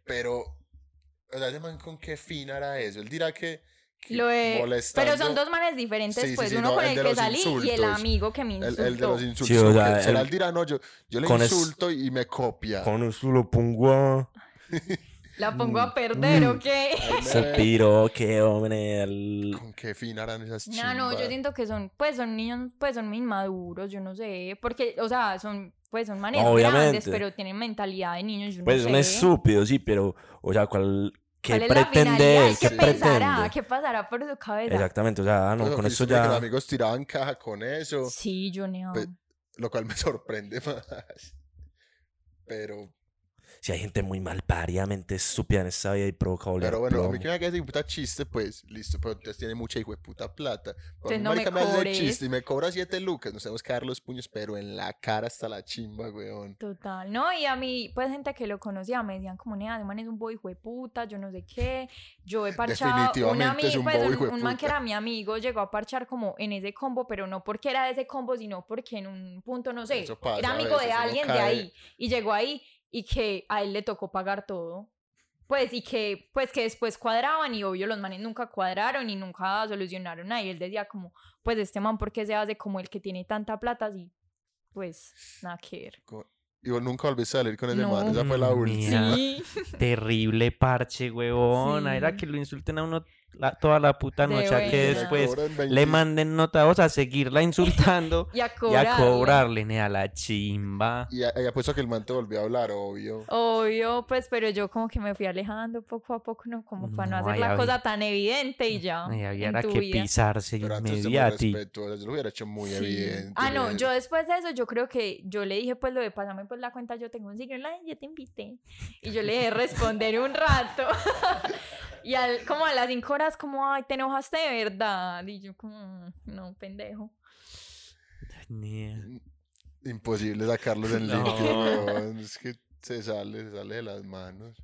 Speaker 2: Pero, o sea, ese man con qué fin hará eso. Él dirá que. que
Speaker 4: Lo de-
Speaker 2: molestando-
Speaker 4: pero son dos manes diferentes
Speaker 2: Sí, sí,
Speaker 4: pues
Speaker 2: sí,
Speaker 4: uno
Speaker 2: no,
Speaker 4: con
Speaker 2: el
Speaker 4: el,
Speaker 2: de
Speaker 4: que
Speaker 2: los
Speaker 4: salí y el
Speaker 2: insultos.
Speaker 4: amigo que me
Speaker 2: El,
Speaker 4: insultó
Speaker 2: el de los insultos.
Speaker 3: Sí, o sea,
Speaker 2: que será
Speaker 3: él-
Speaker 2: él dirá, no, yo, yo le
Speaker 3: con es-
Speaker 2: insulto y me copia.
Speaker 3: Con un solo pungo.
Speaker 4: la pongo
Speaker 2: Mm,
Speaker 4: a perder o qué
Speaker 2: Ahí me
Speaker 3: Se
Speaker 2: ve.
Speaker 3: piró, qué hombre. el-
Speaker 2: ¿Con qué fin harán esas
Speaker 4: no
Speaker 2: chismas?
Speaker 4: no yo siento que son pues son niños pues son inmaduros yo no sé porque o sea son pues son manes grandes
Speaker 3: Obviamente.
Speaker 4: pero tienen mentalidad de niños yo
Speaker 3: Pues
Speaker 4: no
Speaker 3: son
Speaker 4: sé.
Speaker 3: estúpidos, sí, pero, o sea, ¿cuál, ¿qué
Speaker 4: ¿Cuál es la
Speaker 3: pretende
Speaker 4: finalidad?
Speaker 3: él?
Speaker 4: ¿Qué,
Speaker 3: ¿Qué
Speaker 4: pensará?
Speaker 3: pretende?
Speaker 4: ¿Qué pasará por su cabeza?
Speaker 3: Exactamente, o sea, ah, no,
Speaker 2: Pues,
Speaker 3: con
Speaker 2: que
Speaker 3: eso
Speaker 2: supe que
Speaker 3: ya.
Speaker 2: los amigos tiraban caja con eso,
Speaker 4: Sí, yo no.
Speaker 2: Pe- lo cual me sorprende más. Pero,
Speaker 3: Si hay gente muy mal pariamente estúpida en esta vida y provoca oler
Speaker 2: pero bueno, a mí
Speaker 3: plomo.
Speaker 2: que me haga ese puta chiste, pues, listo, pero entonces tiene mucha hijo de puta plata. Por
Speaker 4: Entonces
Speaker 2: mí,
Speaker 4: no me
Speaker 2: marica, hace ese
Speaker 4: cobres.
Speaker 2: chiste y me cobra 7 lucas, nos tenemos que dar los puños, pero en la cara hasta la chimba, weón.
Speaker 4: Total, no, y a mí, pues gente que lo conocía me decían como, nea, ese man es un boy puta, yo no sé qué, yo he parchado, un
Speaker 2: Definitivamente
Speaker 4: amigo,
Speaker 2: es un
Speaker 4: pues
Speaker 2: bobo
Speaker 4: un,
Speaker 2: hijueputa.
Speaker 4: un man que era mi amigo llegó a parchar como en ese combo, pero no porque era de ese combo, sino porque en un punto, no sé,
Speaker 2: Eso pasa
Speaker 4: era
Speaker 2: a
Speaker 4: amigo de
Speaker 2: veces, uno
Speaker 4: alguien de
Speaker 2: cae.
Speaker 4: ahí, y llegó ahí, y que a él le tocó pagar todo, pues, y que, pues que después cuadraban, y obvio los manes nunca cuadraron y nunca solucionaron nada, y él decía como, pues este man, ¿por qué se hace como el que tiene tanta plata? Así, pues, nada que ver.
Speaker 2: Y vos nunca volviste a salir con ese
Speaker 4: No.
Speaker 2: man, esa fue la
Speaker 1: Mm,
Speaker 2: última.
Speaker 1: mira.
Speaker 4: Sí.
Speaker 1: Terrible parche, huevona. Era
Speaker 4: Sí.
Speaker 1: que lo insulten a uno la- toda la puta
Speaker 4: De
Speaker 1: noche. a que
Speaker 4: buena.
Speaker 1: después
Speaker 2: cobran 20.
Speaker 1: le manden nota a vos a seguirla insultando
Speaker 4: Y a
Speaker 1: y a
Speaker 4: cobrar.
Speaker 1: cobrarle, ne, a la chimba.
Speaker 2: Y, y apuesto que el man te volvió a hablar, obvio.
Speaker 4: Obvio, pues, pero yo como que me fui alejando poco a poco, no como para no,
Speaker 1: No,
Speaker 4: hacer
Speaker 1: ahí
Speaker 4: la
Speaker 1: había-
Speaker 4: cosa tan evidente y ya.
Speaker 1: Y había
Speaker 4: en
Speaker 1: era
Speaker 4: tu
Speaker 1: que
Speaker 4: vida.
Speaker 1: pisarse
Speaker 2: Pero antes de muy
Speaker 1: inmediati.
Speaker 2: respetuosa, yo lo hubiera hecho muy
Speaker 4: Sí.
Speaker 2: evidente.
Speaker 4: Ah, no,
Speaker 2: hubiera-
Speaker 4: yo después de eso, yo creo que yo le dije, pues lo de pasame por la cuenta, yo tengo un signo, la yo te invité. Y yo le dejé responder un rato. y al, como a las cinco horas, como, ay, te enojaste de verdad. Y yo, como, no, pendejo.
Speaker 1: Ne.
Speaker 2: Imposible sacarlos en
Speaker 1: No.
Speaker 2: limpio, weón, Es que se sale, se sale de las manos.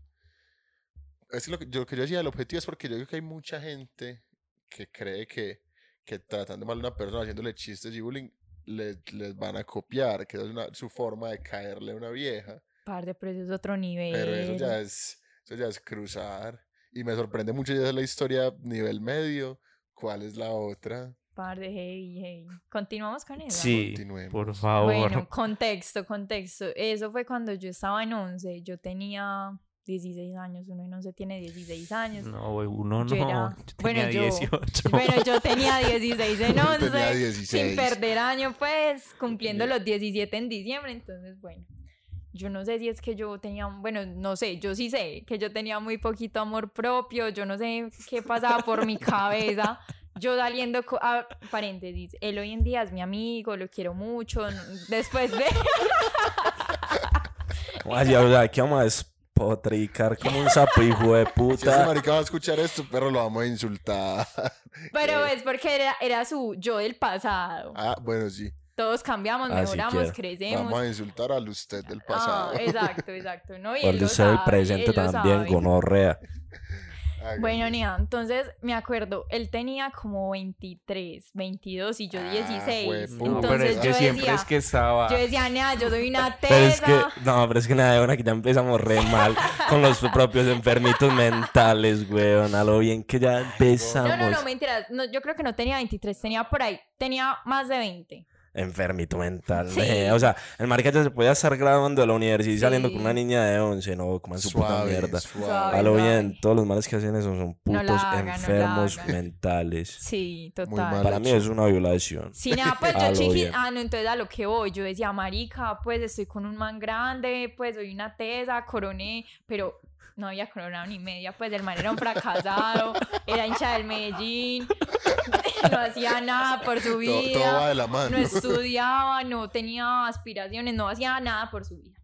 Speaker 2: Es que lo que yo, lo que yo decía, el objetivo es porque yo creo que hay mucha gente que cree que, que tratando mal a una persona, haciéndole chistes y bullying, le- les van a copiar, que esa es una- su forma de caerle a una vieja.
Speaker 4: Par de pero eso es otro nivel.
Speaker 2: Pero eso ya es, eso ya es cruzar. Y me sorprende mucho y esa es la historia nivel medio. ¿Cuál es la otra?
Speaker 4: Par de heavy, heavy. Continuamos con eso.
Speaker 1: Sí,
Speaker 2: Continuemos.
Speaker 1: por favor.
Speaker 4: Bueno, contexto, contexto. Eso fue cuando yo estaba en 11. Yo tenía 16 años. Uno en 11 tiene 16 años.
Speaker 1: No, güey, uno
Speaker 4: pues, Yo
Speaker 1: no.
Speaker 4: era-
Speaker 1: Yo
Speaker 4: bueno,
Speaker 1: tenía
Speaker 4: yo-
Speaker 1: 18.
Speaker 4: Bueno, yo tenía 16 en
Speaker 2: Yo
Speaker 4: 11.
Speaker 2: tenía
Speaker 4: Sin
Speaker 2: 16.
Speaker 4: perder año, pues, cumpliendo
Speaker 2: tenía-
Speaker 4: los 17 en diciembre. Entonces, bueno, yo no sé si es que yo tenía, un- bueno, no sé, yo sí sé que yo tenía muy poquito amor propio. Yo no sé qué pasaba por mi cabeza. Yo saliendo, co- ah, paréntesis, él hoy en día es mi amigo, lo quiero mucho. no- Después de.
Speaker 3: Ay, o sea, aquí vamos a despotricar como un sapo hijo de
Speaker 2: Si ese
Speaker 3: puta.
Speaker 2: marica va a escuchar esto, pero lo vamos a insultar.
Speaker 4: Pero es porque era, era su yo del pasado.
Speaker 2: Eh. Ah, bueno, sí.
Speaker 4: Todos cambiamos,
Speaker 3: Así
Speaker 4: mejoramos,
Speaker 3: quiero.
Speaker 4: crecemos.
Speaker 2: Vamos a insultar al usted del
Speaker 4: Ah,
Speaker 2: pasado.
Speaker 4: exacto, exacto. No, y él
Speaker 3: Porque
Speaker 4: lo
Speaker 3: usted el
Speaker 4: sabe,
Speaker 3: presente
Speaker 4: él lo
Speaker 3: también,
Speaker 4: sabe.
Speaker 3: gonorrea.
Speaker 2: Hágale.
Speaker 4: Bueno, Nia, entonces me acuerdo, él tenía como 23, 22 y yo
Speaker 2: Ah,
Speaker 4: 16.
Speaker 2: jueputa.
Speaker 1: No, pero
Speaker 4: entonces
Speaker 1: es que
Speaker 4: yo,
Speaker 1: siempre
Speaker 4: decía,
Speaker 1: es que estaba.
Speaker 4: yo decía, Nia, yo soy una tesa.
Speaker 3: Pero es que, no, pero es que nada, bueno, aquí ya empezamos re mal con los propios enfermitos mentales, weón. A lo bien que ya empezamos.
Speaker 4: No, no, no, mentiras. No, yo creo que no tenía 23, tenía por ahí, tenía más de 20.
Speaker 3: Enfermito mental.
Speaker 4: Sí.
Speaker 3: eh. O sea, el marica ya se podía estar graduando de la universidad y saliendo
Speaker 4: Sí.
Speaker 3: con una niña de 11, no, como en su puta
Speaker 2: Suave,
Speaker 3: mierda.
Speaker 4: Suave.
Speaker 2: suave.
Speaker 3: A lo
Speaker 4: Suave.
Speaker 3: bien, todos los males que hacen eso son
Speaker 4: No la
Speaker 3: putos
Speaker 4: hagan, no la
Speaker 3: enfermos
Speaker 4: hagan.
Speaker 3: mentales.
Speaker 4: Sí, total.
Speaker 2: mal.
Speaker 3: Para mí es una violación.
Speaker 4: Sí, nada, pues
Speaker 3: A
Speaker 4: yo
Speaker 3: lo
Speaker 4: chiquita.
Speaker 3: bien.
Speaker 4: Ah, no, entonces a lo que voy. Yo decía, Marica, pues estoy con un man grande, pues soy una tesa, coroné, pero no había coronado ni media. Pues el man era un fracasado, era hincha del Medellín, no hacía nada por su
Speaker 2: To- Todo, va
Speaker 4: vida,
Speaker 2: de la mano.
Speaker 4: no estudiaba, no tenía aspiraciones, no hacía nada por su vida.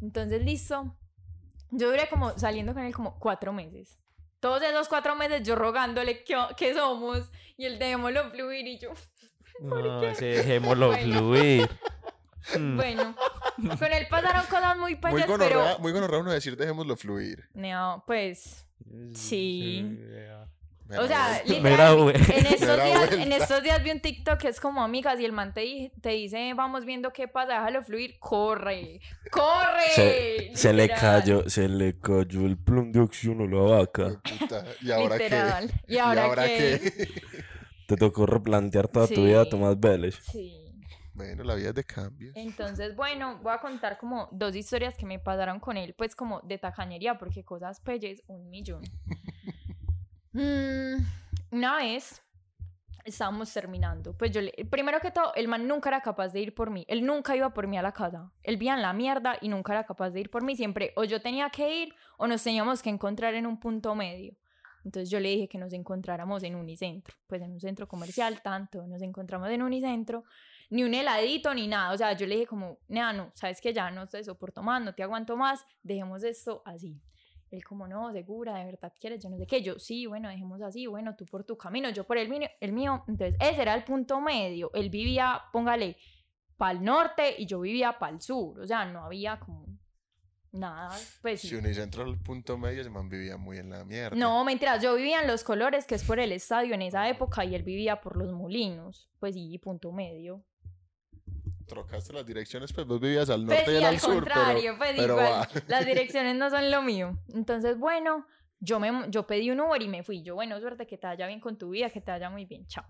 Speaker 4: Entonces, listo. Yo duré como saliendo con él como cuatro meses. Todos esos cuatro meses yo rogándole que, que somos y él dejémoslo fluir y yo.
Speaker 1: No, ese dejémoslo
Speaker 4: Bueno.
Speaker 1: fluir. Mm.
Speaker 4: Bueno, con él pasaron cosas muy
Speaker 2: muy
Speaker 4: payas,
Speaker 2: gonorrea,
Speaker 4: pero.
Speaker 2: muy gonorrea uno decir dejémoslo fluir.
Speaker 4: No, pues.
Speaker 1: Mm.
Speaker 4: Sí.
Speaker 2: Me da
Speaker 4: O sea,
Speaker 2: vuelta.
Speaker 1: Me da
Speaker 4: literal,
Speaker 1: vuelta.
Speaker 4: en,
Speaker 2: Me
Speaker 4: estos
Speaker 2: da
Speaker 4: días, en
Speaker 2: vuelta.
Speaker 4: estos días vi un TikTok que es como amigas y el man te, di- te dice, vamos viendo qué pasa, déjalo fluir, corre, corre.
Speaker 3: Se, se le
Speaker 4: Literal,
Speaker 3: cayó, se le cayó el plum de oxígeno a la vaca.
Speaker 2: Hijo de puta, ¿Y ahora qué?
Speaker 4: literal. ¿Y ahora, qué?
Speaker 3: Te tocó replantear toda tu
Speaker 4: Sí.
Speaker 3: vida, Tomás Vélez.
Speaker 4: Sí.
Speaker 2: Bueno, la vida es de cambios.
Speaker 4: Eh, Entonces, bueno, voy a contar como dos historias que me pasaron con él, pues como de tacañería, porque cosas pelles, un millón. Mm, una vez estábamos terminando, pues yo, le- primero que todo, el man nunca era capaz de ir por mí, él nunca iba por mí a la casa, él vivía en la mierda y nunca era capaz de ir por mí, siempre o yo tenía que ir o nos teníamos que encontrar en un punto medio. Entonces yo le dije que nos encontráramos en Unicentro, pues en un centro comercial, tanto, nos encontramos en Unicentro ni un heladito ni nada. O sea, yo le dije como, nada, no, sabes que ya no te soporto más, no te aguanto más, dejemos esto así. Él como, no, segura, de verdad quieres, yo no sé qué. Yo, sí, bueno, dejemos así, bueno, tú por tu camino, yo por el mío. El mío. Entonces, ese era el punto medio. Él vivía, póngale, para el norte y yo vivía para el sur. O sea, no había como nada, pues...
Speaker 2: Si Unicentro al punto medio, el man vivía muy en la mierda.
Speaker 4: No, mentiras, yo vivía en Los Colores, que es por el estadio en esa época, y él vivía por Los Molinos, pues sí, punto medio.
Speaker 2: Trocaste las direcciones, pues vos vivías al norte
Speaker 4: Pues sí,
Speaker 2: y él
Speaker 4: al
Speaker 2: al sur.
Speaker 4: contrario, pues
Speaker 2: pero
Speaker 4: igual,
Speaker 2: va.
Speaker 4: las direcciones no son lo mío. Entonces, bueno, yo, me, yo pedí un Uber y me fui. Yo, bueno, suerte, que te vaya bien con tu vida, que te vaya muy bien, chao.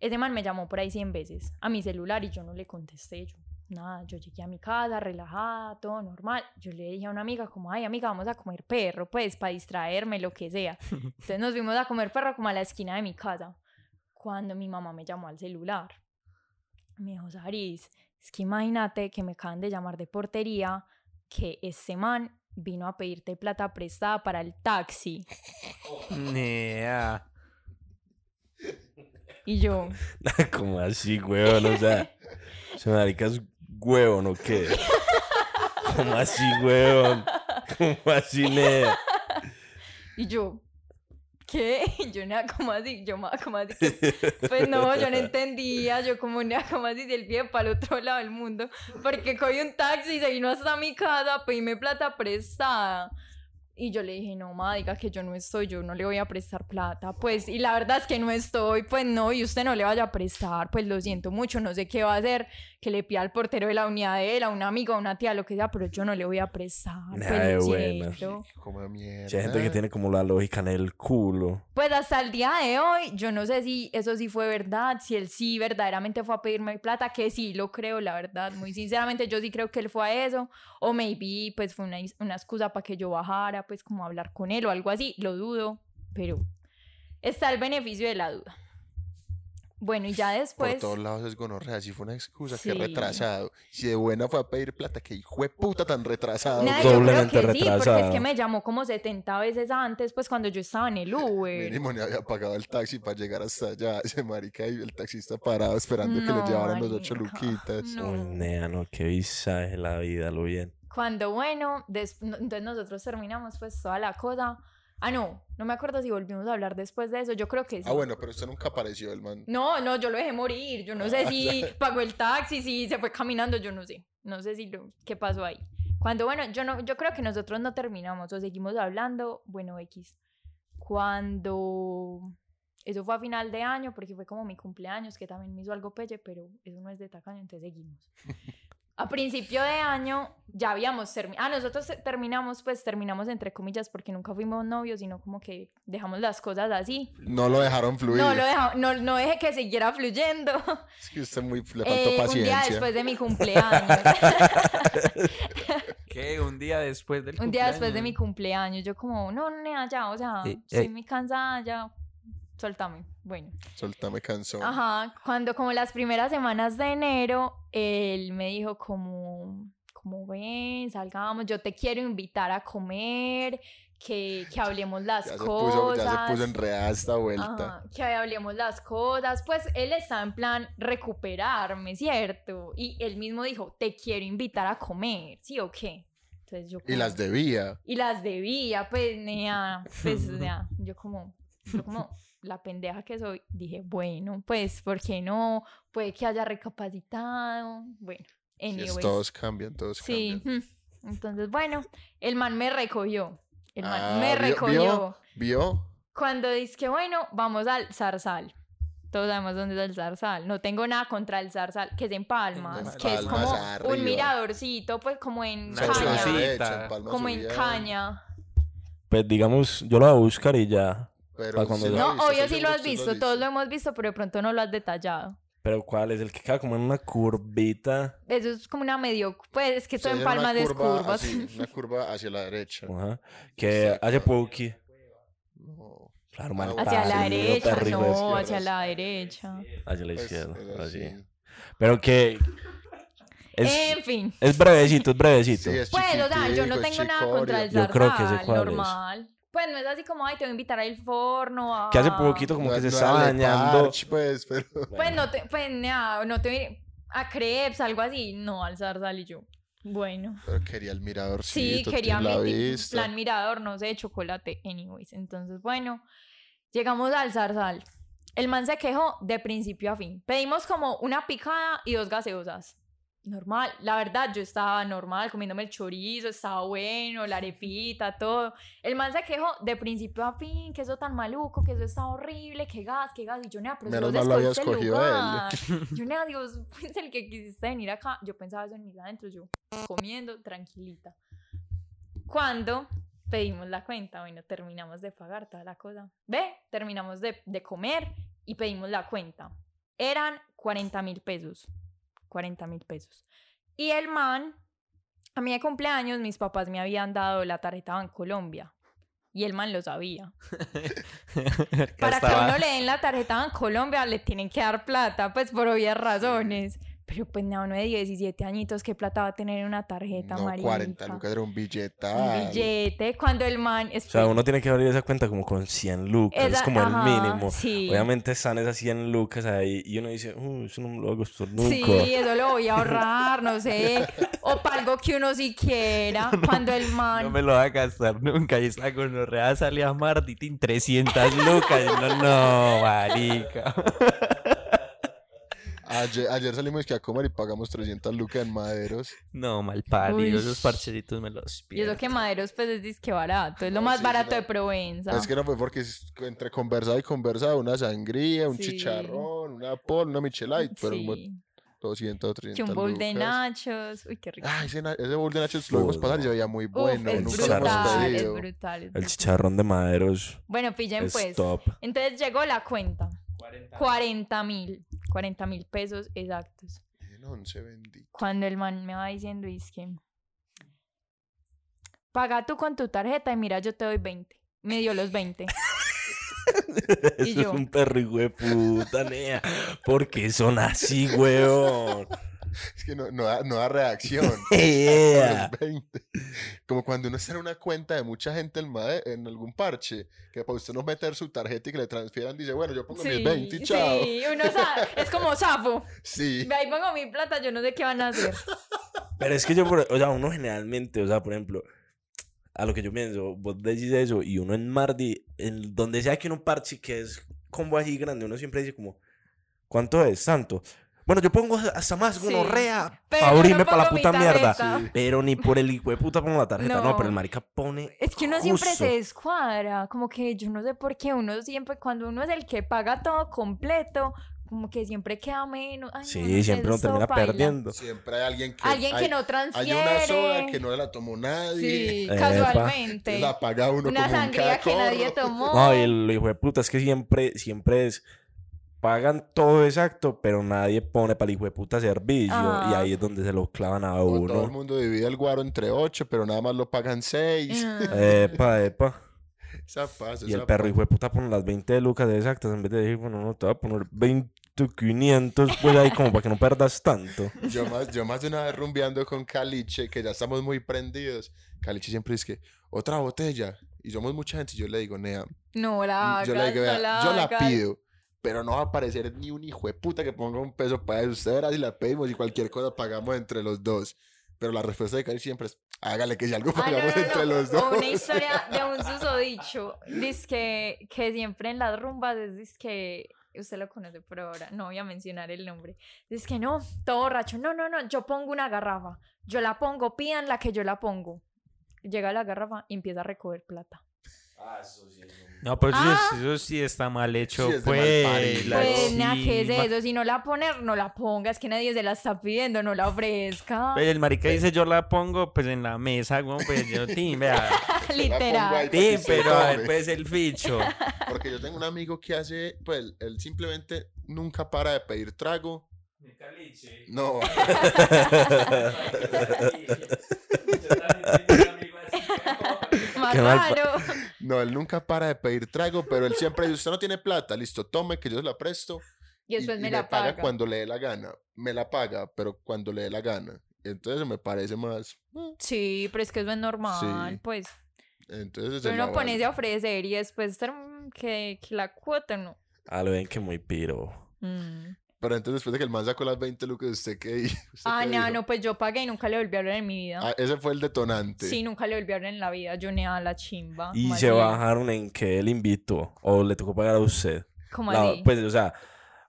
Speaker 4: Ese man me llamó por ahí 100 veces a mi celular y yo no le contesté. Yo, nada, yo llegué a mi casa relajada, todo normal. Yo le dije a una amiga, como, ay, amiga, vamos a comer perro, pues, para distraerme, lo que sea. Entonces nos fuimos a comer perro como a la esquina de mi casa. Cuando mi mamá me llamó al celular, me dijo, Saris, es que imagínate que me acaban de llamar de portería que ese man vino a pedirte plata prestada para el taxi.
Speaker 1: Nea.
Speaker 4: Y yo,
Speaker 3: como así, weón? O sea, ese marica es huevón o qué? ¿Cómo así, weón? ¿Cómo así, nea?
Speaker 4: y yo, ¿qué? Y yo, nada, como así? Yo, nada, como así? que- Pues no, yo no entendía. Yo, como, nada, como así? Del pie para el otro lado del mundo. Porque cogí un taxi y se vino hasta mi casa a pedirme plata prestada. Y yo le dije, no, ma, diga que yo no estoy, yo no le voy a prestar plata. Pues, y la verdad es que no estoy, pues no, y usted no le vaya a prestar, pues lo siento mucho, no sé qué va a hacer, que le pida al portero de la unidad de él, a una amiga, a una tía, lo que sea, pero yo no le voy a prestar.
Speaker 3: Nah,
Speaker 4: pues,
Speaker 3: de
Speaker 4: lo
Speaker 3: buenas.
Speaker 4: siento.
Speaker 2: Como de mierda.
Speaker 3: Mucha gente que tiene como la lógica en el culo.
Speaker 4: Pues hasta el día de hoy, yo no sé si eso sí fue verdad, si él sí verdaderamente fue a pedirme plata, que sí lo creo, la verdad, muy sinceramente, yo sí creo que él fue a eso, o maybe pues fue una, is- una excusa para que yo bajara, pues como a hablar con él o algo así, lo dudo, pero está el beneficio de la duda. Bueno, y ya después...
Speaker 2: Por todos lados es gonorrea. Si fue una excusa, que
Speaker 4: pues Sí.
Speaker 2: retrasado. Si de buena fue a pedir plata, que hijo de puta tan retrasado.
Speaker 4: Nah,
Speaker 2: güey.
Speaker 4: yo creo
Speaker 3: doblemente
Speaker 4: que sí, porque es
Speaker 3: retrasado.
Speaker 4: que me llamó como 70 veces antes, pues cuando yo estaba en el Uber.
Speaker 2: Mínimo no había pagado el taxi para llegar hasta allá. Ese marica y el taxista parado esperando que
Speaker 4: No,
Speaker 2: le llevaran los ocho
Speaker 4: marica,
Speaker 2: luquitas.
Speaker 4: No.
Speaker 3: Uy, nea, no, qué visaje la vida, lo bien.
Speaker 4: Cuando bueno, des- no- entonces nosotros terminamos pues toda la cosa. Ah, no, no me acuerdo si volvimos a hablar después de eso, yo creo que sí.
Speaker 2: Ah, bueno, pero usted nunca apareció, el man.
Speaker 4: No, no, yo lo dejé morir, yo no sé si pagó el taxi, si se fue caminando, yo no sé, no sé si lo, qué pasó ahí. Cuando bueno, yo no, yo creo que nosotros no terminamos o seguimos hablando, bueno, X. Cuando eso fue a final de año, porque fue como mi cumpleaños, que también me hizo algo pelle, pero eso no es de tacaño, entonces seguimos. A principio de año ya habíamos terminado. Ah, nosotros te- terminamos, pues terminamos entre comillas, porque nunca fuimos novios, sino como que dejamos las cosas así.
Speaker 2: No lo dejaron fluir.
Speaker 4: No, lo deja- no, no dejé que siguiera fluyendo.
Speaker 2: Es que usted muy, le faltó
Speaker 4: Eh, un día
Speaker 2: paciencia.
Speaker 4: después de mi cumpleaños.
Speaker 1: ¿Qué? Un día después del
Speaker 4: un día después de mi
Speaker 1: cumpleaños?
Speaker 4: cumpleaños, yo como, no, nena, ya, o sea,
Speaker 1: Eh,
Speaker 4: estoy
Speaker 1: eh.
Speaker 4: muy cansada, ya, suéltame. Bueno.
Speaker 2: Soltame canción.
Speaker 4: Ajá, cuando como las primeras semanas de enero, él me dijo como, como ven, salgamos, yo te quiero invitar a comer, que, que hablemos las
Speaker 2: Ya se,
Speaker 4: cosas.
Speaker 2: puso, ya se puso enredada esta vuelta.
Speaker 4: Ajá, que hablemos las cosas. Pues él está en plan recuperarme, ¿cierto? Y él mismo dijo, te quiero invitar a comer, ¿sí o qué? Entonces yo
Speaker 2: Y
Speaker 4: como-
Speaker 2: las debía.
Speaker 4: y las debía, pues, nea, pues, nea, yo como, yo como la pendeja que soy, dije, bueno, pues, ¿por qué no? Puede que haya recapacitado, bueno,
Speaker 2: Y es-
Speaker 4: anyways.
Speaker 2: todos cambian, todos
Speaker 4: sí,
Speaker 2: cambian.
Speaker 4: mm. entonces, bueno, el man me recogió, el man
Speaker 2: Ah,
Speaker 4: me
Speaker 2: vio-
Speaker 4: recogió.
Speaker 2: vio. ¿Vio?
Speaker 4: Cuando dice que, bueno, vamos al zarzal. Todos sabemos dónde es el zarzal. No tengo nada contra el zarzal, que es en Palmas,
Speaker 1: Palmas,
Speaker 4: que es como
Speaker 2: arriba.
Speaker 4: un miradorcito, pues como en
Speaker 1: Una
Speaker 2: Son
Speaker 1: Caña.
Speaker 2: sus
Speaker 1: Sí,
Speaker 4: caña.
Speaker 2: derechos,
Speaker 1: ta-
Speaker 2: palmas
Speaker 4: Como en
Speaker 2: subidas,
Speaker 4: caña.
Speaker 3: Pues digamos, yo lo voy a buscar y ya.
Speaker 2: Pero
Speaker 3: Para cuando
Speaker 2: sí
Speaker 3: lo
Speaker 2: ha
Speaker 4: No,
Speaker 2: visto,
Speaker 4: obvio
Speaker 2: estoy
Speaker 4: sí
Speaker 2: seguro
Speaker 4: lo has
Speaker 2: que usted
Speaker 4: visto, todos lo hemos visto, pero de pronto no lo has detallado.
Speaker 3: Pero ¿cuál es? El que queda como en una curvita.
Speaker 4: Eso es como una medio, pues es que
Speaker 2: Usted
Speaker 4: todo en
Speaker 2: tiene una
Speaker 4: palmas es
Speaker 2: curva
Speaker 4: curvas.
Speaker 2: así, una curva hacia la derecha.
Speaker 3: Ajá. Que
Speaker 2: Exacto.
Speaker 3: hace poquito.
Speaker 2: No.
Speaker 3: Claro, man,
Speaker 2: Ah, bueno.
Speaker 4: hacia la
Speaker 2: Así,
Speaker 4: derecha,
Speaker 2: otra arriba,
Speaker 4: no,
Speaker 2: izquierda,
Speaker 4: hacia
Speaker 2: sí.
Speaker 4: la derecha.
Speaker 3: Hacia la
Speaker 2: Pues,
Speaker 3: izquierda.
Speaker 2: era
Speaker 3: así.
Speaker 2: así.
Speaker 3: Pero que. Es,
Speaker 4: En fin,
Speaker 3: es brevecito, es brevecito.
Speaker 2: Sí, es
Speaker 4: pues o sea, yo no
Speaker 2: chiquitico, es
Speaker 4: tengo nada contra el
Speaker 2: chicorio.
Speaker 3: Yo creo que sé
Speaker 4: zarzal,
Speaker 3: cuál es.
Speaker 4: normal. Pues no es así como, ay, te voy a invitar al forno a...
Speaker 3: Que hace poquito como
Speaker 2: No
Speaker 3: que se
Speaker 2: es- no
Speaker 3: estaba
Speaker 2: era
Speaker 3: bañando.
Speaker 2: Leparch, pues, pero
Speaker 4: Pues no te, pues nada, no te voy a ir a crepes, algo así. No, al zarzal y yo. Bueno.
Speaker 2: pero quería el
Speaker 4: Sí,
Speaker 2: miradorcito,
Speaker 4: quería
Speaker 2: quería la
Speaker 4: mi ti-
Speaker 2: vista.
Speaker 4: plan mirador, no sé, chocolate, anyways. Entonces, bueno, llegamos al zarzal. El man se quejó de principio a fin. Pedimos como una picada y dos gaseosas. Normal, la verdad, yo estaba normal, comiéndome el chorizo, estaba bueno, la arepita, todo. El man se quejó de principio a fin, que eso tan maluco, que eso está horrible, que gas, que gas. Y yo, nea, pero si
Speaker 2: Menos
Speaker 4: vos
Speaker 2: mal lo había
Speaker 4: escogiste el
Speaker 2: escogido él.
Speaker 4: lugar". Yo, nea, Dios, pues el que quisiste venir acá. Yo pensaba eso en mis adentro, yo comiendo, tranquilita. Cuando pedimos la cuenta, bueno, terminamos de pagar toda la cosa. Ve, terminamos de, de comer y pedimos la cuenta. Eran 40 mil pesos. 40 mil pesos. Y el man, a mí de cumpleaños, mis papás me habían dado la tarjeta Bancolombia. Y el man lo sabía. Para que uno le den la tarjeta en Colombia, le tienen que dar plata, pues por obvias razones. Pero pues no, uno de 17 añitos, ¿qué plata va a tener en una tarjeta,
Speaker 2: No, 40
Speaker 4: marica?
Speaker 2: lucas era un
Speaker 4: Un
Speaker 2: billetal.
Speaker 4: billete, cuando el man...
Speaker 3: O sea, uno tiene que abrir esa cuenta como con 100 lucas. es como el mínimo.
Speaker 4: Sí.
Speaker 3: Obviamente están esas 100 lucas ahí y uno dice, uh, eso no me lo voy a gastar nunca.
Speaker 4: Sí, eso lo voy a ahorrar, no sé. O para algo que uno sí quiera. Cuando el man...
Speaker 1: No me lo va a gastar nunca. Y esa gonorrea sale a Martitín 300 lucas. No, no, marica.
Speaker 2: Ayer, ayer salimos que a comer y pagamos 300 lucas en maderos.
Speaker 1: No, mal parido,
Speaker 4: Uy.
Speaker 1: esos parchecitos me los
Speaker 4: Y eso
Speaker 1: pierdo.
Speaker 4: que Maderos, pues es disque barato. Es lo
Speaker 2: No, sí,
Speaker 4: más
Speaker 2: es
Speaker 4: barato
Speaker 2: una-
Speaker 4: de Provenza.
Speaker 2: Es que no fue porque es- entre conversada y conversada, una sangría, un
Speaker 4: Sí.
Speaker 2: chicharrón, una pol, una michelada, pero como
Speaker 4: Sí.
Speaker 2: 200 o
Speaker 4: Que
Speaker 2: 300
Speaker 4: un bowl de
Speaker 2: lucas.
Speaker 4: nachos. Uy, qué rico.
Speaker 2: Ah, ese, na- ese bowl de nachos lo vimos
Speaker 3: Uy,
Speaker 2: pasar y se
Speaker 3: no.
Speaker 2: veía muy
Speaker 4: Uf,
Speaker 2: bueno.
Speaker 4: es,
Speaker 2: nunca lo hemos
Speaker 4: brutal, es
Speaker 2: pedido.
Speaker 4: brutal, es
Speaker 3: El
Speaker 4: brutal.
Speaker 3: chicharrón de maderos
Speaker 4: Bueno, pillen
Speaker 3: es
Speaker 4: pues.
Speaker 3: top.
Speaker 4: Entonces llegó la cuenta. 40 mil. 40 mil pesos exactos.
Speaker 2: En once, bendito.
Speaker 4: Cuando el man me va diciendo, es que... Paga tú con tu tarjeta y mira, yo te doy 20. Me dio los 20.
Speaker 3: Eso
Speaker 4: yo.
Speaker 3: es un perro hijo de puta, nea. ¿Por qué son así, weón?
Speaker 2: Es que no, no da, no da reacción.
Speaker 3: Yeah.
Speaker 2: Los 20. Como cuando uno está en una cuenta de mucha gente en, Made- en algún parche, que para usted no meter su tarjeta y que le transfieran, dice, bueno, yo pongo mis 20 y chao.
Speaker 4: sí, uno sabe, es como sapo.
Speaker 2: Sí.
Speaker 4: Ahí pongo mi plata, yo no sé qué van a hacer.
Speaker 3: Pero es que yo, por- o sea, uno generalmente, o sea, por ejemplo, a lo que yo pienso, vos decís eso y uno en Mardi, en donde sea que uno parche que es combo así grande, uno siempre dice como, ¿cuánto es? Santo. Bueno, yo pongo hasta más
Speaker 4: Sí.
Speaker 3: gonorrea
Speaker 4: Pero
Speaker 3: para
Speaker 4: yo no
Speaker 3: abrirme para la
Speaker 4: pongo mi
Speaker 3: puta mierda.
Speaker 4: tarjeta.
Speaker 2: Sí.
Speaker 3: Pero ni por el hijo de puta pongo la tarjeta. No,
Speaker 4: No.
Speaker 3: pero el marica pone.
Speaker 4: Es que uno siempre
Speaker 3: justo.
Speaker 4: se descuadra, como que yo no sé por qué uno siempre, cuando uno es el que paga todo completo, como que siempre queda menos. Ay, no,
Speaker 3: Sí,
Speaker 4: no sé,
Speaker 3: siempre uno
Speaker 4: eso
Speaker 3: termina
Speaker 4: baila.
Speaker 3: perdiendo.
Speaker 2: Siempre hay alguien que.
Speaker 4: Alguien
Speaker 2: hay-
Speaker 4: que no
Speaker 2: Hay
Speaker 4: transfiere.
Speaker 2: una soda que no la tomó nadie.
Speaker 4: Sí,
Speaker 3: Epa.
Speaker 4: casualmente.
Speaker 2: La paga uno como
Speaker 4: Una
Speaker 2: un
Speaker 4: sangría que nadie
Speaker 2: cacorro.
Speaker 4: tomó.
Speaker 3: No, y lo hijo de puta es que siempre, siempre es. Pagan todo exacto, pero nadie pone para el hijo de puta servicio. Y
Speaker 4: Ah.
Speaker 3: ahí es donde se lo clavan a
Speaker 2: O Todo el
Speaker 3: uno.
Speaker 2: mundo divide el guaro entre ocho, pero nada más lo pagan seis.
Speaker 4: Ah.
Speaker 3: Epa, epa.
Speaker 2: Esa pasa,
Speaker 3: Y
Speaker 2: esa
Speaker 3: el perro
Speaker 2: pasa.
Speaker 3: hijo de puta pone las 20 lucas de exactas en vez de decir, bueno, no, te voy a poner 20, 500, pues ahí como para que no perdas tanto.
Speaker 2: Yo más, yo más de una vez rumbeando con Caliche, que ya estamos muy prendidos. Caliche siempre dice que otra botella. Y somos mucha gente. Y yo le digo, Nea, mm,
Speaker 4: No la hagas,
Speaker 2: yo le digo,
Speaker 4: no
Speaker 2: "Vea, yo la
Speaker 4: hagas.
Speaker 2: pido. Pero no va a aparecer ni un hijo de puta que ponga un peso para eso. Usted verá si la pedimos y cualquier cosa pagamos entre los dos. Pero la respuesta de Caliche siempre es, hágale que si algo
Speaker 4: Ah, no,
Speaker 2: pagamos
Speaker 4: no, no,
Speaker 2: entre
Speaker 4: no.
Speaker 2: los dos.
Speaker 4: O una historia de un susodicho. Dice que, que siempre en las rumbas es dice que. Usted lo conoce por ahora, no voy a mencionar el nombre. Dice que no, todo borracho. No, no, no, yo pongo una garrafa. Yo la pongo, pidan la que yo la pongo. Llega la garrafa y empieza a recoger plata.
Speaker 1: No, pero eso,
Speaker 4: Ah.
Speaker 1: eso sí está mal hecho,
Speaker 2: Sí, es de
Speaker 1: pues.
Speaker 2: mal parido.
Speaker 1: la
Speaker 4: Pues nada, ¿qué es
Speaker 1: chimba.
Speaker 4: eso? Si no la poner, no la pongas, que nadie se la está pidiendo, no la ofrezca.
Speaker 1: Pues el marica dice, yo la pongo pues en la mesa, güey, pues yo, tin, vea.
Speaker 4: Literal.
Speaker 2: Para
Speaker 1: Tin,
Speaker 2: que se
Speaker 1: pero a ver,
Speaker 2: tome.
Speaker 1: pues el ficho.
Speaker 2: Porque yo tengo un amigo que hace, pues, él simplemente nunca para de pedir trago. No,
Speaker 4: Más
Speaker 3: Qué mal pa-
Speaker 4: raro.
Speaker 2: no, él nunca para de pedir trago, pero él siempre dice, usted no tiene plata, listo, tome, que yo se la presto.
Speaker 4: Y después me la
Speaker 2: paga.
Speaker 4: paga.
Speaker 2: cuando le dé la gana. Me la paga, pero cuando le dé la gana. Entonces me parece más... eh,
Speaker 4: Sí, pero es que eso es normal,
Speaker 2: Sí.
Speaker 4: pues.
Speaker 2: Entonces se
Speaker 4: Pero
Speaker 2: la
Speaker 4: uno
Speaker 2: vale.
Speaker 4: ponerse a ofrecer y después ser, mm, que, que la cuota no.
Speaker 3: Ah, lo ven que muy piro.
Speaker 4: Mm.
Speaker 2: Pero entonces después de que el man sacó las 20 lucas, ¿usted qué hizo? ¿Usted
Speaker 4: Ah,
Speaker 2: qué
Speaker 4: no,
Speaker 2: dijo?
Speaker 4: no, pues yo pagué y nunca le volví a hablar en mi vida.
Speaker 2: Ah, ese fue el detonante.
Speaker 4: sí. nunca le volví a hablar en la vida. Yo ni a la chimba.
Speaker 3: Y
Speaker 4: más
Speaker 3: se
Speaker 4: bien.
Speaker 3: bajaron en que él invitó o le tocó pagar a usted.
Speaker 4: ¿Cómo
Speaker 3: La-
Speaker 4: así?
Speaker 3: pues, o sea,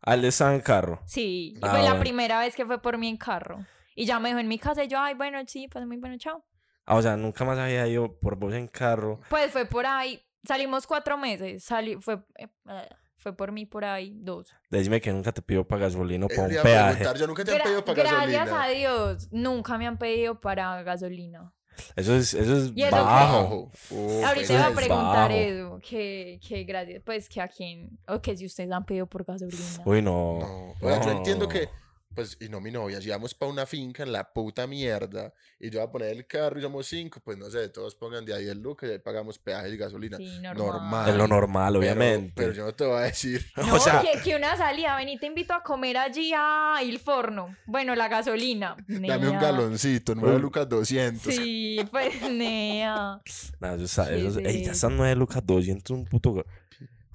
Speaker 3: al estaba en carro.
Speaker 4: Sí, y
Speaker 3: Ah,
Speaker 4: fue la
Speaker 3: bueno.
Speaker 4: primera vez que fue por mí en carro. Y ya me dejó en mi casa y yo, ay, bueno, sí, pues muy bueno, chao.
Speaker 3: Ah, o sea, nunca más había ido por vos en carro.
Speaker 4: Pues fue por ahí, salimos cuatro meses, salí, fue, eh, eh, fue por mí por ahí dos.
Speaker 3: Decime que nunca te pidió para gasolina o
Speaker 2: Él
Speaker 3: para un
Speaker 2: Eh, le iba a
Speaker 3: peaje.
Speaker 2: preguntar, yo nunca te han
Speaker 4: Gra-
Speaker 2: pedido para
Speaker 4: gracias
Speaker 2: gasolina.
Speaker 4: a Dios, nunca me han pedido para gasolina.
Speaker 3: Eso es, eso es
Speaker 4: Y eso
Speaker 3: bajo.
Speaker 2: Oh,
Speaker 4: Ahorita
Speaker 2: pues,
Speaker 4: iba
Speaker 3: eso
Speaker 4: a
Speaker 3: es
Speaker 4: preguntar
Speaker 3: bajo.
Speaker 4: eso, que, que gracias, pues que a quién, o que si ustedes han pedido por gasolina.
Speaker 3: Uy, no.
Speaker 2: No, o sea, yo entiendo
Speaker 3: No.
Speaker 2: que, pues, y no mi novia, si vamos para una finca en la puta mierda y yo voy a poner el carro y somos cinco, pues no sé, todos pongan de ahí el lucas y ahí pagamos peaje y gasolina.
Speaker 4: Sí,
Speaker 2: normal.
Speaker 4: normal.
Speaker 3: Es lo normal,
Speaker 2: Pero-
Speaker 3: obviamente.
Speaker 2: Pero, yo no te voy a decir.
Speaker 4: No,
Speaker 3: o sea,
Speaker 4: que, que una salida, ven y te invito a comer allí a El Forno. Bueno, la gasolina.
Speaker 2: Dame un
Speaker 4: nea.
Speaker 2: galoncito, nueve
Speaker 3: Uy.
Speaker 2: lucas 200.
Speaker 4: Sí, pues nea.
Speaker 3: no, eso está-
Speaker 4: Sí,
Speaker 3: eso es-
Speaker 4: sí.
Speaker 3: ey, ya están 9 lucas 200, un puto. ga-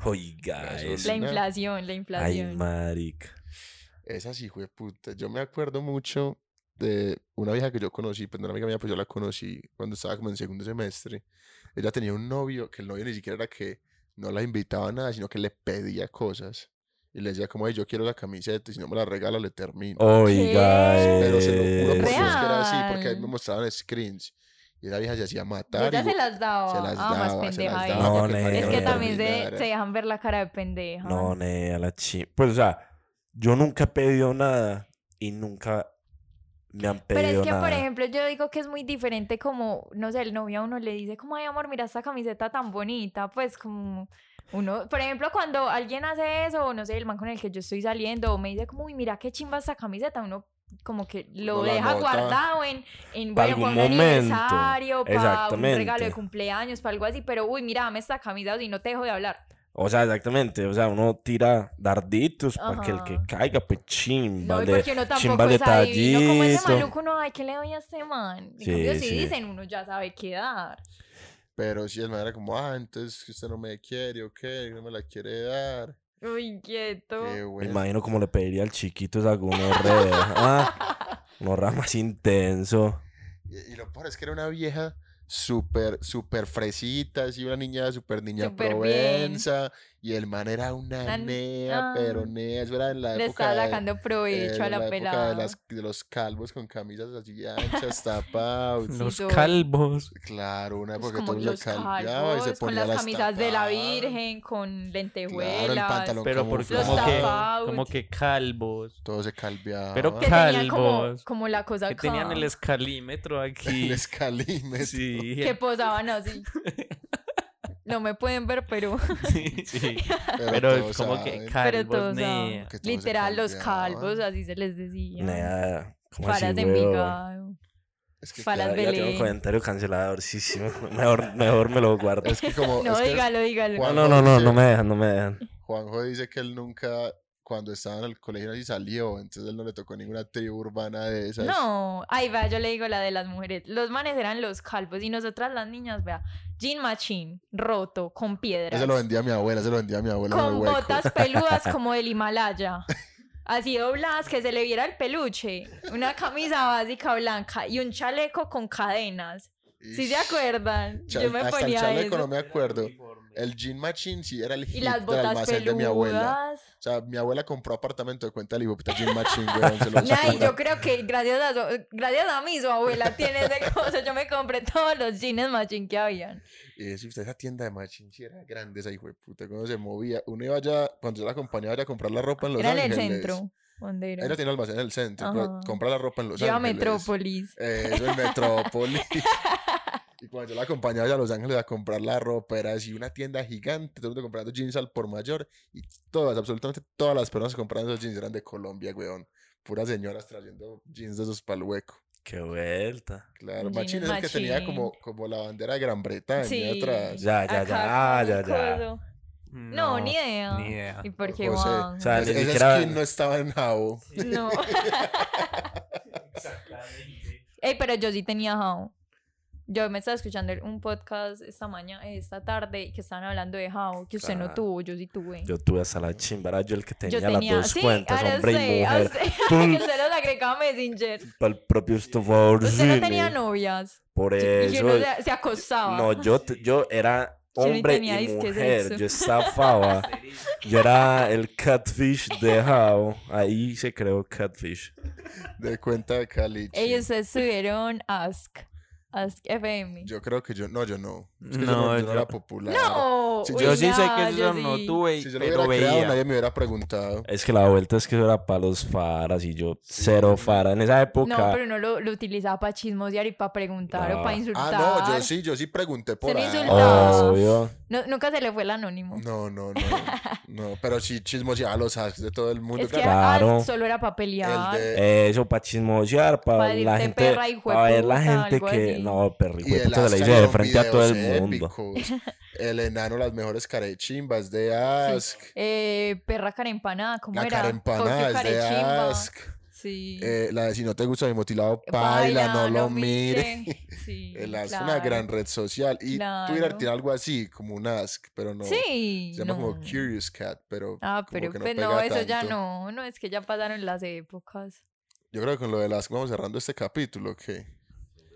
Speaker 3: Oiga,
Speaker 2: Gasolina.
Speaker 3: eso.
Speaker 4: La
Speaker 2: Sí, nea.
Speaker 4: inflación, la
Speaker 3: Ay,
Speaker 4: inflación.
Speaker 3: marica.
Speaker 2: Esas hijo de puta. Yo me acuerdo mucho de una vieja que yo conocí, pues no una amiga mía, pues yo la conocí cuando estaba como en segundo semestre. Ella tenía un novio, que el novio ni siquiera era que no la invitaba a nada, sino que le pedía cosas. Y le decía como, "Ey, yo quiero la camiseta y si no me la regala le termino.
Speaker 3: Oh, Oiga,
Speaker 2: Pero se lo juro por Dios que
Speaker 3: eso.
Speaker 2: era así, porque a mí me
Speaker 4: Real.
Speaker 2: mostraban screens. Y esa vieja se hacía
Speaker 4: Yo
Speaker 2: matar.
Speaker 4: ya
Speaker 2: y-
Speaker 4: se las daba.
Speaker 2: se las
Speaker 4: ah, más
Speaker 2: daba, se
Speaker 4: pendeja
Speaker 2: las
Speaker 4: era.
Speaker 2: daba.
Speaker 3: No,
Speaker 2: para el
Speaker 3: nene.
Speaker 4: Es que
Speaker 2: marido
Speaker 4: también se,
Speaker 2: terminara.
Speaker 4: se dejan ver la cara de pendeja.
Speaker 3: No, ne, a la chi. Pues, o sea, yo nunca he pedido nada y nunca me han pedido
Speaker 4: Pero es que,
Speaker 3: nada.
Speaker 4: por ejemplo, yo digo que es muy diferente como, no sé, el novio a uno le dice como, ay, amor, mira esta camiseta tan bonita, pues como uno, por ejemplo, cuando alguien hace eso, o no sé, el man con el que yo estoy saliendo, o me dice como, uy, mira qué chimba esta camiseta, uno como que lo
Speaker 2: Uno la
Speaker 4: deja
Speaker 2: nota.
Speaker 4: guardado en, en bueno,
Speaker 3: Pa'
Speaker 4: pa' un
Speaker 3: algún momento.
Speaker 4: aniversario, para un regalo
Speaker 3: Exactamente.
Speaker 4: de cumpleaños, para algo así, pero uy, mira, me esta camisa y no te dejo de hablar.
Speaker 3: O sea, exactamente. O sea, uno tira darditos para que el que
Speaker 4: Ajá.
Speaker 3: caiga, pues chimba.
Speaker 4: No, y
Speaker 3: de-
Speaker 4: porque uno tampoco
Speaker 3: chimba
Speaker 4: es adivino como ese
Speaker 3: detallito.
Speaker 4: maluco, uno, ay, ¿qué le doy a este man? En
Speaker 3: Sí,
Speaker 4: cambio, si
Speaker 3: sí.
Speaker 4: dicen, uno ya sabe qué dar.
Speaker 2: Pero si el man era como, ah, entonces que usted no me quiere o qué, no me la quiere dar.
Speaker 4: Uy, quieto.
Speaker 2: Qué
Speaker 3: Me
Speaker 2: bueno.
Speaker 3: imagino como le pediría al chiquito esa gonorrea. ah, gonorrea más intenso.
Speaker 2: Y, y lo peor es que era una vieja súper, súper fresita, así una niña súper niña
Speaker 4: Súper bien.
Speaker 2: provenza. Y el man era una
Speaker 4: La n-
Speaker 2: nea,
Speaker 4: ah.
Speaker 2: pero nea. Eso era en la
Speaker 4: Le
Speaker 2: época
Speaker 4: está
Speaker 2: de-
Speaker 4: sacando provecho
Speaker 2: eh,
Speaker 4: a
Speaker 2: en
Speaker 4: la,
Speaker 2: época
Speaker 4: pelada.
Speaker 2: De, las- de los calvos con camisas así anchas, tapados.
Speaker 1: Los
Speaker 4: soy.
Speaker 1: calvos.
Speaker 2: Claro, una época
Speaker 4: Pues
Speaker 2: que
Speaker 4: como
Speaker 2: todo el mundo
Speaker 4: los
Speaker 2: se calviaba y se
Speaker 4: calvos, con
Speaker 2: ponía
Speaker 4: las camisas de la
Speaker 2: tapadas.
Speaker 4: Virgen, con lentejuelas.
Speaker 2: Claro, el pantalón
Speaker 1: Pero porque
Speaker 2: camuflado,
Speaker 4: Los
Speaker 1: como que,
Speaker 4: tapados.
Speaker 1: como que calvos.
Speaker 2: Todo se calviaba.
Speaker 1: Pero
Speaker 4: que
Speaker 1: ca-
Speaker 4: tenían como,
Speaker 1: calvos.
Speaker 4: como la cosa
Speaker 1: Que
Speaker 4: acá,
Speaker 1: tenían el escalímetro
Speaker 2: El
Speaker 1: aquí.
Speaker 2: escalímetro.
Speaker 1: Sí.
Speaker 4: que posaban así. No me pueden ver, pero,
Speaker 1: sí, sí.
Speaker 2: Pero,
Speaker 1: Pero
Speaker 2: todos
Speaker 1: es como que
Speaker 2: saben
Speaker 4: pero
Speaker 1: calvos,
Speaker 4: todos saben.
Speaker 1: nea.
Speaker 2: que todo se
Speaker 4: Literal, los
Speaker 2: calviaba.
Speaker 4: calvos, así se les decía.
Speaker 3: Nada. ¿Cómo así,
Speaker 4: Faras de
Speaker 3: huevón?
Speaker 4: Envigado.
Speaker 2: Es que,
Speaker 4: Falas
Speaker 3: Ya, ya tengo un
Speaker 4: Belén.
Speaker 3: comentario cancelador. Sí, sí. Mejor, mejor me lo guardo.
Speaker 2: es que como.
Speaker 4: No,
Speaker 2: es que
Speaker 4: dígalo, dígalo.
Speaker 2: Juan-
Speaker 3: No, no, no, no, no me dejan, no me dejan.
Speaker 2: Juanjo dice que él nunca, cuando estaba en el colegio, así salió. Entonces él no le tocó ninguna tribu urbana de esas.
Speaker 4: No, ahí va, yo le digo la de las mujeres. Los manes eran los calvos y nosotras las niñas, vea, jean machín, roto, con piedras,
Speaker 2: Ese lo vendía a mi abuela, se lo vendía a mi abuela. en el
Speaker 4: con
Speaker 2: hueco.
Speaker 4: botas peludas como del Himalaya, así dobladas que se le viera el peluche, una camisa básica blanca y un chaleco con cadenas. Si
Speaker 2: Ish.
Speaker 4: se acuerdan,
Speaker 2: Chal-
Speaker 4: yo me
Speaker 2: hasta el
Speaker 4: ponía
Speaker 2: chaleco no
Speaker 4: eso.
Speaker 2: me acuerdo. El jean machine sí era el hit
Speaker 4: Y las
Speaker 2: del
Speaker 4: botas
Speaker 2: almacén de mi abuela.
Speaker 4: peludas.
Speaker 2: O sea, mi abuela compró apartamento de cuenta del hijo puta jean machine, weón. Se lo
Speaker 4: Nah, y yo creo que gracias a, su- gracias a mí, su abuela tiene ese cosa. Yo me compré todos los jeans machín que habían.
Speaker 2: Y si usted esa tienda de machín sí era grande, esa hijo de puta, cuando se movía. Uno iba allá, cuando yo la acompañaba allá a comprar la ropa en Los
Speaker 4: Era en el
Speaker 2: Ángeles.
Speaker 4: centro. ¿Dónde era?
Speaker 2: Ella tiene almacén en el centro, pero
Speaker 4: Ajá.
Speaker 2: compra la ropa en Los
Speaker 4: Yo a
Speaker 2: Ángeles.
Speaker 4: Metrópolis.
Speaker 2: Eso en Metrópolis. y cuando yo la acompañaba allá a Los Ángeles a comprar la ropa, era así una tienda gigante, todo el mundo comprando jeans al por mayor. Y todas, absolutamente todas las personas que compraban esos jeans eran de Colombia, weón. Puras señoras trayendo jeans de esos pa'l hueco.
Speaker 3: Qué vuelta.
Speaker 2: Claro,
Speaker 4: Jeans
Speaker 2: Machín es el que tenía
Speaker 4: Machine.
Speaker 2: como, como la bandera de Gran Bretaña atrás.
Speaker 3: Ya, ya, ya, Ah,
Speaker 4: Acá,
Speaker 3: ya, ya.
Speaker 4: coso. No, ni idea.
Speaker 1: Ni idea.
Speaker 4: ¿Y por qué
Speaker 2: José,
Speaker 4: Juan?
Speaker 3: o sea, Ah, ni
Speaker 2: Ese- ese
Speaker 3: siquiera-
Speaker 2: skin no estaba en Jabo.
Speaker 4: No. Ey, pero yo sí tenía Jao. Yo me estaba escuchando un podcast esta mañana, esta tarde, que estaban hablando de Jao, que usted no
Speaker 3: Claro.
Speaker 4: tuvo, yo sí tuve.
Speaker 3: Yo tuve hasta la chimba, era yo el que tenía,
Speaker 4: Yo tenía,
Speaker 3: las dos
Speaker 4: sí,
Speaker 3: cuentas,
Speaker 4: ahora
Speaker 3: hombre y
Speaker 4: sé, a
Speaker 3: mujer.
Speaker 4: usted, que
Speaker 3: Pum,
Speaker 4: usted los agregaba a Messenger.
Speaker 3: para el propio estufador.
Speaker 4: Usted no
Speaker 3: sí,
Speaker 4: tenía
Speaker 3: me-
Speaker 4: novias.
Speaker 3: Por
Speaker 4: Y que uno
Speaker 3: eso.
Speaker 4: se, se acostaba.
Speaker 3: No, yo, te- yo era
Speaker 4: Yo ni
Speaker 3: hombre
Speaker 4: tenía
Speaker 3: y
Speaker 4: disque
Speaker 3: mujer.
Speaker 4: sexo.
Speaker 3: Yo estafaba. Yo era el catfish de Jao. Ahí se creó catfish.
Speaker 2: De cuenta de Cali.
Speaker 4: Ellos se subieron Ask. Ask FM.
Speaker 2: Yo creo que yo. No, yo no. Es que
Speaker 1: No,
Speaker 2: yo no, yo no
Speaker 1: yo-
Speaker 2: era popular.
Speaker 4: No,
Speaker 2: Si
Speaker 4: uy,
Speaker 1: Yo sí sé
Speaker 4: nada,
Speaker 1: que eso
Speaker 4: yo
Speaker 1: no
Speaker 4: sí.
Speaker 1: tuve,
Speaker 2: Si yo lo hubiera
Speaker 1: pero
Speaker 2: creado, nadie
Speaker 1: veía.
Speaker 2: me hubiera preguntado.
Speaker 3: Es que la vuelta es que eso era para los faras y yo cero fara. En esa época.
Speaker 4: No, pero no lo, lo utilizaba para chismosear y para preguntar o
Speaker 3: No.
Speaker 4: para insultar.
Speaker 2: Ah, no, yo sí, yo sí pregunté por
Speaker 4: le
Speaker 2: ahí.
Speaker 4: insultaba.
Speaker 3: Obvio.
Speaker 4: No, nunca se le fue el anónimo.
Speaker 2: No, no, no. No, pero sí chismoseaba los asks de todo el mundo.
Speaker 4: es que
Speaker 2: claro.
Speaker 3: Claro.
Speaker 4: Ask solo era para pelear.
Speaker 2: El de-
Speaker 3: Eso, para chismosear, para
Speaker 4: Pa'
Speaker 3: la
Speaker 4: decirte
Speaker 3: gente.
Speaker 4: perra, hijo de
Speaker 3: pa' ver la
Speaker 4: puta,
Speaker 3: gente
Speaker 4: algo
Speaker 3: que.
Speaker 4: así.
Speaker 3: No, perra, hijo
Speaker 2: y
Speaker 3: de
Speaker 2: el
Speaker 3: puta, se
Speaker 2: Ask
Speaker 3: le dice de
Speaker 2: salieron
Speaker 3: frente a todo el
Speaker 2: videos
Speaker 3: mundo.
Speaker 2: épicos. El enano, las mejores carechimbas de Ask.
Speaker 4: Eh, perra carempanada, ¿cómo
Speaker 2: La
Speaker 4: era?
Speaker 2: cara empanada es
Speaker 4: Jorge
Speaker 2: de
Speaker 4: Carechimba.
Speaker 2: Ask.
Speaker 4: Sí.
Speaker 2: Eh, la de si no te gusta mi motilado,
Speaker 4: Baila,
Speaker 2: baila, no lo mire.
Speaker 4: Sí.
Speaker 2: El Ask fue
Speaker 4: claro.
Speaker 2: una gran red social. Y Twitter
Speaker 4: Claro.
Speaker 2: tiene algo así, como un Ask, pero no.
Speaker 4: Sí.
Speaker 2: Se llama como
Speaker 4: no.
Speaker 2: Curious Cat, pero.
Speaker 4: Ah,
Speaker 2: como
Speaker 4: pero
Speaker 2: que
Speaker 4: pues no,
Speaker 2: pega
Speaker 4: eso ya
Speaker 2: tanto.
Speaker 4: no. No, es que ya pasaron las épocas.
Speaker 2: Yo creo que con lo del Ask vamos cerrando este capítulo, que.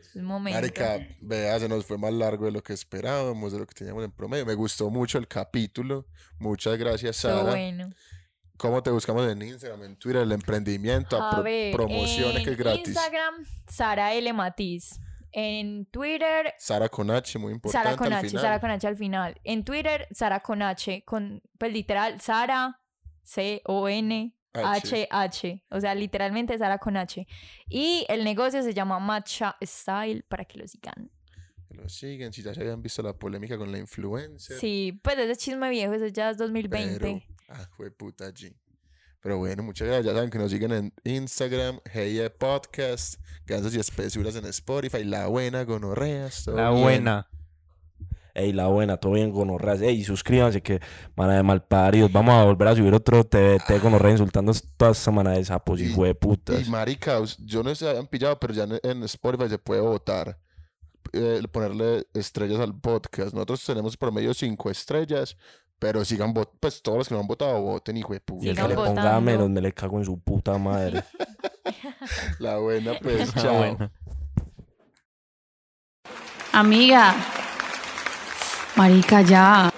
Speaker 4: Es un momento.
Speaker 2: Marica, vea, se nos fue más largo de lo que esperábamos, de lo que teníamos en promedio. Me gustó mucho el capítulo. Muchas gracias,
Speaker 4: Pero
Speaker 2: Sara.
Speaker 4: bueno.
Speaker 2: ¿Cómo te buscamos en Instagram, en Twitter, el emprendimiento, a
Speaker 4: A
Speaker 2: pro-
Speaker 4: ver,
Speaker 2: promociones que
Speaker 4: en
Speaker 2: es gratis?
Speaker 4: Instagram, Sara L. Matiz. En Twitter,
Speaker 2: Sara con H, muy importante.
Speaker 4: Sara con
Speaker 2: al
Speaker 4: H,
Speaker 2: final.
Speaker 4: Sara con H al final. En Twitter, Sara con H, con, pues literal, Sara, C-O-N.
Speaker 2: H.
Speaker 4: H, H, o sea, literalmente Sara con H. Y el negocio se llama Matcha Style para que lo sigan.
Speaker 2: Que Lo siguen, si ya se habían visto la polémica con la influencer.
Speaker 4: Sí, pues ese chisme viejo, eso ya es 2020.
Speaker 2: Pero, ah, fue puta G. Pero bueno, muchas gracias. Ya saben que nos siguen en Instagram, Hey eh, Podcast, Gansos y Espesuras en Spotify, La Buena, Gonorreas. todo
Speaker 1: La
Speaker 2: bien.
Speaker 1: buena.
Speaker 3: Ey, la buena, todo bien, gonorreas. Ey, suscríbanse que, mana de malparidos. Vamos a volver a subir otro TVT gonorrea insultando toda esta semana de sapos,
Speaker 2: Y-
Speaker 3: hijo de putas.
Speaker 2: Y marica, us- yo no sé si habían pillado, pero ya en, en Spotify se puede votar. eh, ponerle estrellas al podcast. Nosotros tenemos promedio cinco estrellas, pero sigan votando. Pues todos los que no han votado, voten, hijo de
Speaker 3: Y el
Speaker 2: puta.
Speaker 3: que
Speaker 4: Sigan
Speaker 3: le ponga
Speaker 4: votando.
Speaker 3: menos me le cago en su puta madre.
Speaker 2: La buena, pues,
Speaker 1: La
Speaker 2: chao.
Speaker 1: buena.
Speaker 5: Amiga. Marica, ya.